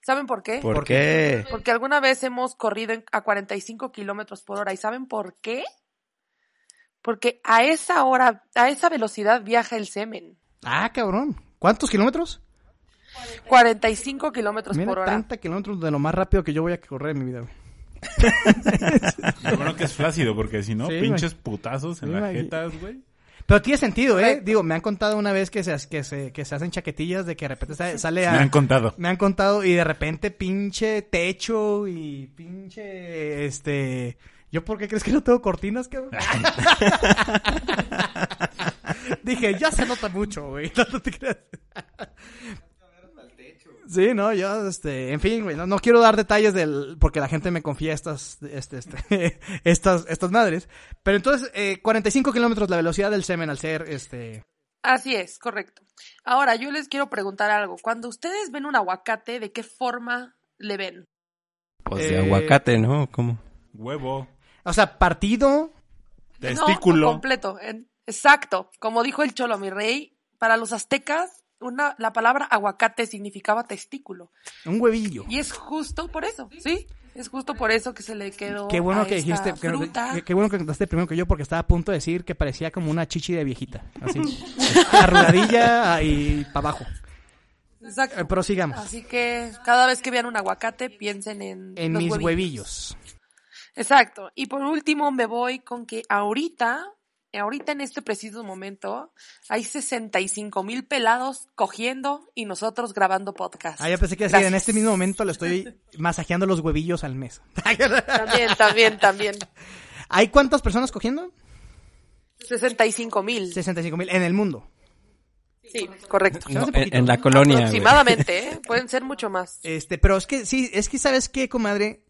B: ¿Saben por qué?
D: ¿Por,
A: ¿Por
D: qué?
B: Porque alguna vez hemos corrido en- a 45 kilómetros por hora. ¿Y saben por qué? Porque a esa hora, a esa velocidad viaja el semen.
A: Ah, cabrón. ¿Cuántos kilómetros?
B: 45 kilómetros
A: Mira,
B: por hora.
A: 30 kilómetros de lo más rápido que yo voy a correr en mi vida, güey.
C: Lo bueno que es flácido, porque si no,
A: Sí,
C: pinches putazos en
A: Sí,
C: las
A: güey.
C: jetas, güey.
A: Pero tiene sentido, ¿eh?
B: Correcto.
A: Digo, me han contado una vez que se, que se, que se hacen chaquetillas de que de repente sale, sale a...
C: Me han contado.
A: Me han contado y de repente pinche techo y pinche este yo por qué crees que no tengo cortinas, cabrón? Dije, ya se nota mucho, güey. No, no te creas. Sí, no, yo, este, en fin, güey, no, no quiero dar detalles del, porque la gente me confía estas, este, este, estas, estas madres. Pero entonces, eh, 45 kilómetros la velocidad del semen al ser, este,
B: Así es, correcto. Ahora, yo les quiero preguntar algo. Cuando ustedes ven un aguacate, ¿de qué forma le ven?
D: Pues de
A: Eh,
D: aguacate, ¿no? ¿Cómo?
C: Huevo,
A: o sea, partido,
B: No,
C: testículo.
B: por completo. en- Exacto. Como dijo el Cholo, mi rey, para los aztecas, una, la palabra aguacate significaba testículo.
A: un huevillo.
B: Y es justo por eso, ¿sí? Es justo por eso que se le quedó.
A: Qué bueno
B: a
A: que
B: esta
A: dijiste, que-
B: fruta.
A: que- qué bueno que contaste primero que yo porque estaba a punto de decir que parecía como una chichi de viejita, así, arrugadilla ah, y para abajo.
B: Exacto.
A: Eh, Prosigamos.
B: Así que cada vez que vean un aguacate, piensen en.
A: En
B: los
A: mis huevillos.
B: Exacto. Y por último, me voy con que ahorita, ahorita en este preciso momento, hay 65 mil pelados cogiendo y nosotros grabando podcast.
A: Ah, yo pensé que decía,
B: Gracias.
A: en este mismo momento le estoy masajeando los huevillos al mes.
B: También, también, también.
A: ¿Hay cuántas personas cogiendo?
B: 65 mil.
A: 65 mil en el mundo.
B: Sí, correcto.
A: hace
D: No, en,
A: poquito.
D: en la colonia. güey.
B: Aproximadamente, ¿eh? Pueden ser mucho más.
A: Este, pero es que sí, es que sabes qué, comadre,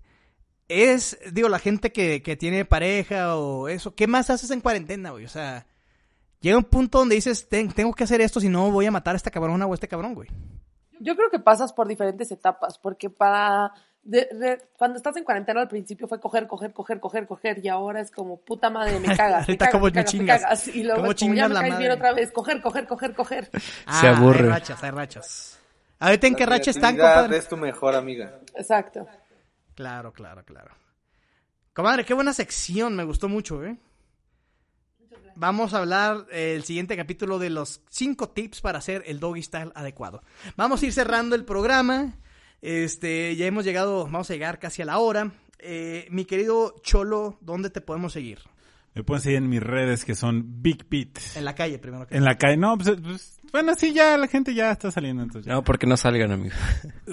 A: es, digo, la gente que, que tiene pareja o eso, ¿qué más haces en cuarentena, güey? O sea, llega un punto donde dices, "Ten- tengo que hacer esto, si no voy a matar a esta cabrona o a este cabrón, güey.
B: Yo creo que pasas por diferentes etapas, porque para de- de- cuando estás en cuarentena al principio fue coger, coger, coger, coger, coger, y ahora es como puta madre, me cagas. me
A: Ahorita
B: cagas,
A: cómo
B: me
A: me
B: cagas, me
A: chingas.
B: cagas, Y luego
A: ¿Cómo
B: es como, ya
A: chingas
B: me
A: la
B: caes bien
A: madre?
B: otra vez, coger, coger, coger, coger.
D: Se aburre.
A: Ah, Hay rachas, hay rachas. A ver, ¿en qué racha están,
E: creatividad
A: compadre?
E: es tu mejor amiga.
B: Exacto.
A: Claro, claro, claro. Comadre, qué buena sección, me gustó mucho, ¿eh? Vamos a hablar eh, el siguiente capítulo de los cinco tips para hacer el doggy style adecuado. Vamos a ir cerrando el programa. Este, ya hemos llegado, vamos a llegar casi a la hora. Eh, mi querido Cholo, ¿dónde te podemos seguir?
C: Me pueden seguir en mis redes que son Big Pete.
A: En la calle, primero que
C: En la calle. No, pues, pues, bueno, sí, ya la gente ya está saliendo. Entonces ya.
D: No, porque no salgan, amigo.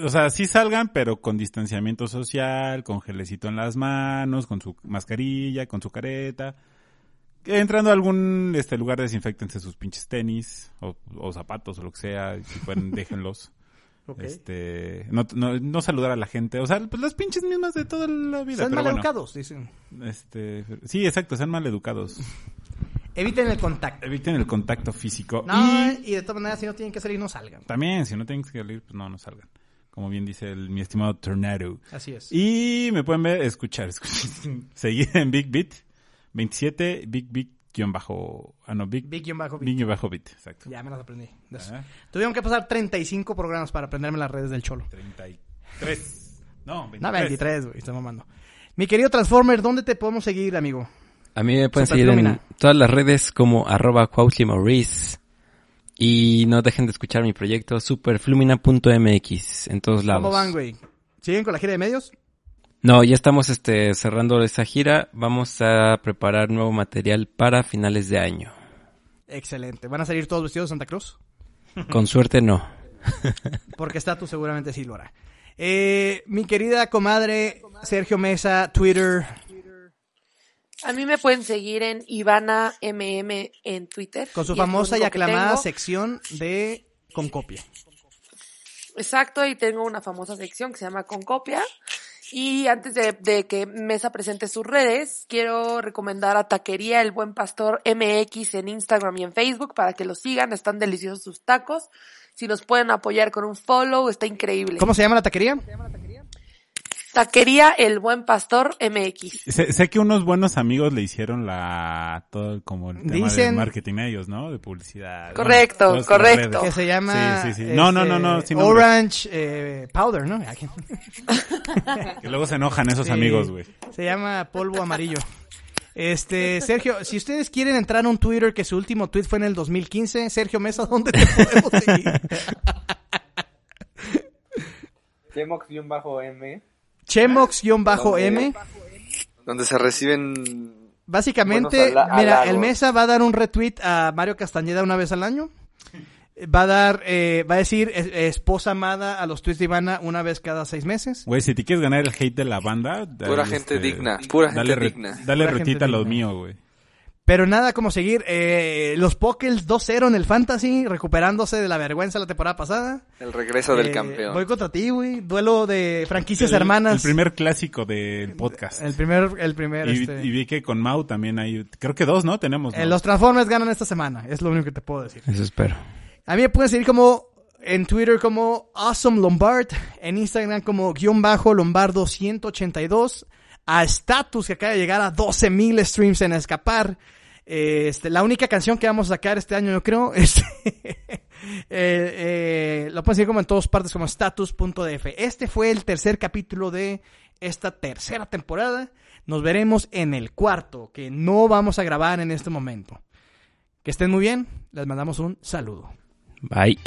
C: O sea, sí salgan, pero con distanciamiento social, con gelecito en las manos, con su mascarilla, con su careta. Entrando a algún este lugar, desinfectense sus pinches tenis o, o zapatos o lo que sea. y Si pueden, déjenlos.
A: Ok.
C: Este, no, no, no saludar a la gente. O sea, pues las pinches mismas de toda la vida.
A: Son
C: pero
A: mal
C: bueno.
A: educados, dicen.
C: Este, sí, exacto, sean mal educados.
A: Eviten el contacto.
C: Eviten el contacto físico.
A: No, y de todas maneras, si no tienen que salir, no salgan.
C: También, si no tienen que salir, pues no, no salgan. Como bien dice el, mi estimado Tornado.
A: Así es.
C: Y me pueden ver, escuchar, escuchar seguir en Big Beat 27, Big Big guión bajo, ah no, Big Big,
A: Big-bajo.
C: guión bajo Beat, exacto. Ah,
A: Ya me las aprendí. De eso.
C: Ajá.
A: Tuvieron que pasar 35 programas para aprenderme las redes del Cholo.
C: 33. No, 23.
A: No, 23, güey, estamos mamando. Mi querido Transformer, ¿dónde te podemos seguir, amigo?
D: A mí me pueden
A: Super
D: seguir
A: Lumina.
D: en todas las redes como arroba Cuautli Maurice. Y no dejen de escuchar mi proyecto superflumina.mx en todos lados.
A: ¿Cómo van, güey? ¿Siguen con la gira de medios?
D: No, ya estamos este, cerrando esa gira. Vamos a preparar nuevo material para finales de año.
A: Excelente. ¿Van a salir todos vestidos de Santa Cruz?
D: Con suerte no.
A: Porque Status seguramente sí lo hará. Eh, mi querida comadre Sergio Mesa, Twitter.
B: A mí me pueden seguir en Ivana MM en Twitter.
A: Con su
B: es lo
A: famosa y
B: único que
A: aclamada
B: tengo.
A: sección de Con Copia.
B: Exacto, y tengo una famosa sección que se llama Concopia. Y antes de, de que Mesa presente sus redes, quiero recomendar a Taquería El Buen Pastor MX en Instagram y en Facebook para que los sigan. Están deliciosos sus tacos. Si nos pueden apoyar con un follow, está increíble.
A: ¿Cómo se llama la taquería?
B: Taquería El Buen Pastor MX.
C: Sé, sé que unos buenos amigos le hicieron la todo como el tema de
A: Dicen-
C: marketing a ellos, ¿no? De publicidad.
B: Correcto,
C: todas las redes.
B: correcto.
A: Que se llama
C: Sí, sí, sí. No, no,
A: este,
C: no, no, sin nombre.
A: Orange eh, Powder, ¿no?
C: Que luego se enojan esos
A: Sí.
C: amigos, güey.
A: Se llama polvo amarillo. Este, Sergio, si ustedes quieren entrar a un Twitter que su último tweet fue en el 2015, Sergio Mesa, ¿dónde te podemos seguir?
E: Temox-M.
A: Chemox-M.
E: Donde se reciben...
A: Básicamente,
E: Buenos ala-
A: mira,
E: halagos.
A: el Mesa va a dar un retweet a Mario Castañeda una vez al año. Va a dar, eh, va a decir es- esposa amada a los tweets de Ivana una vez cada seis meses.
C: Güey, si te quieres ganar el hate de la banda, dale, este,
E: Pura gente digna, pura gente
C: dale re-
E: digna.
C: Dale
A: Pura gente
C: retita a lo
A: digna.
C: mío, güey.
A: Pero nada como seguir eh, los Pokels 2-0 en el Fantasy, recuperándose de la vergüenza la temporada pasada.
E: El regreso del
A: Eh,
E: campeón.
A: Voy contra ti, güey. Duelo de franquicias
C: El-
A: hermanas.
C: El primer clásico del podcast.
A: El primer, el primer,
C: y,
A: este,
C: y vi que con Mau también hay, creo que dos, ¿no? Tenemos. ¿no?
A: eh, los Transformers ganan esta semana, es lo único que te puedo decir.
D: Eso espero.
A: A mí me pueden seguir como en Twitter como Awesome Lombard, en Instagram como guión bajo Lombardo 182, a Status que acaba de llegar a 12.000 streams en escapar. Eh, este, la única canción que vamos a sacar este año, yo creo, es eh, eh, lo pueden seguir como en todas partes como status.df. Este fue el tercer capítulo de esta tercera temporada. Nos veremos en el cuarto, que no vamos a grabar en este momento. Que estén muy bien, les mandamos un saludo.
D: Bye.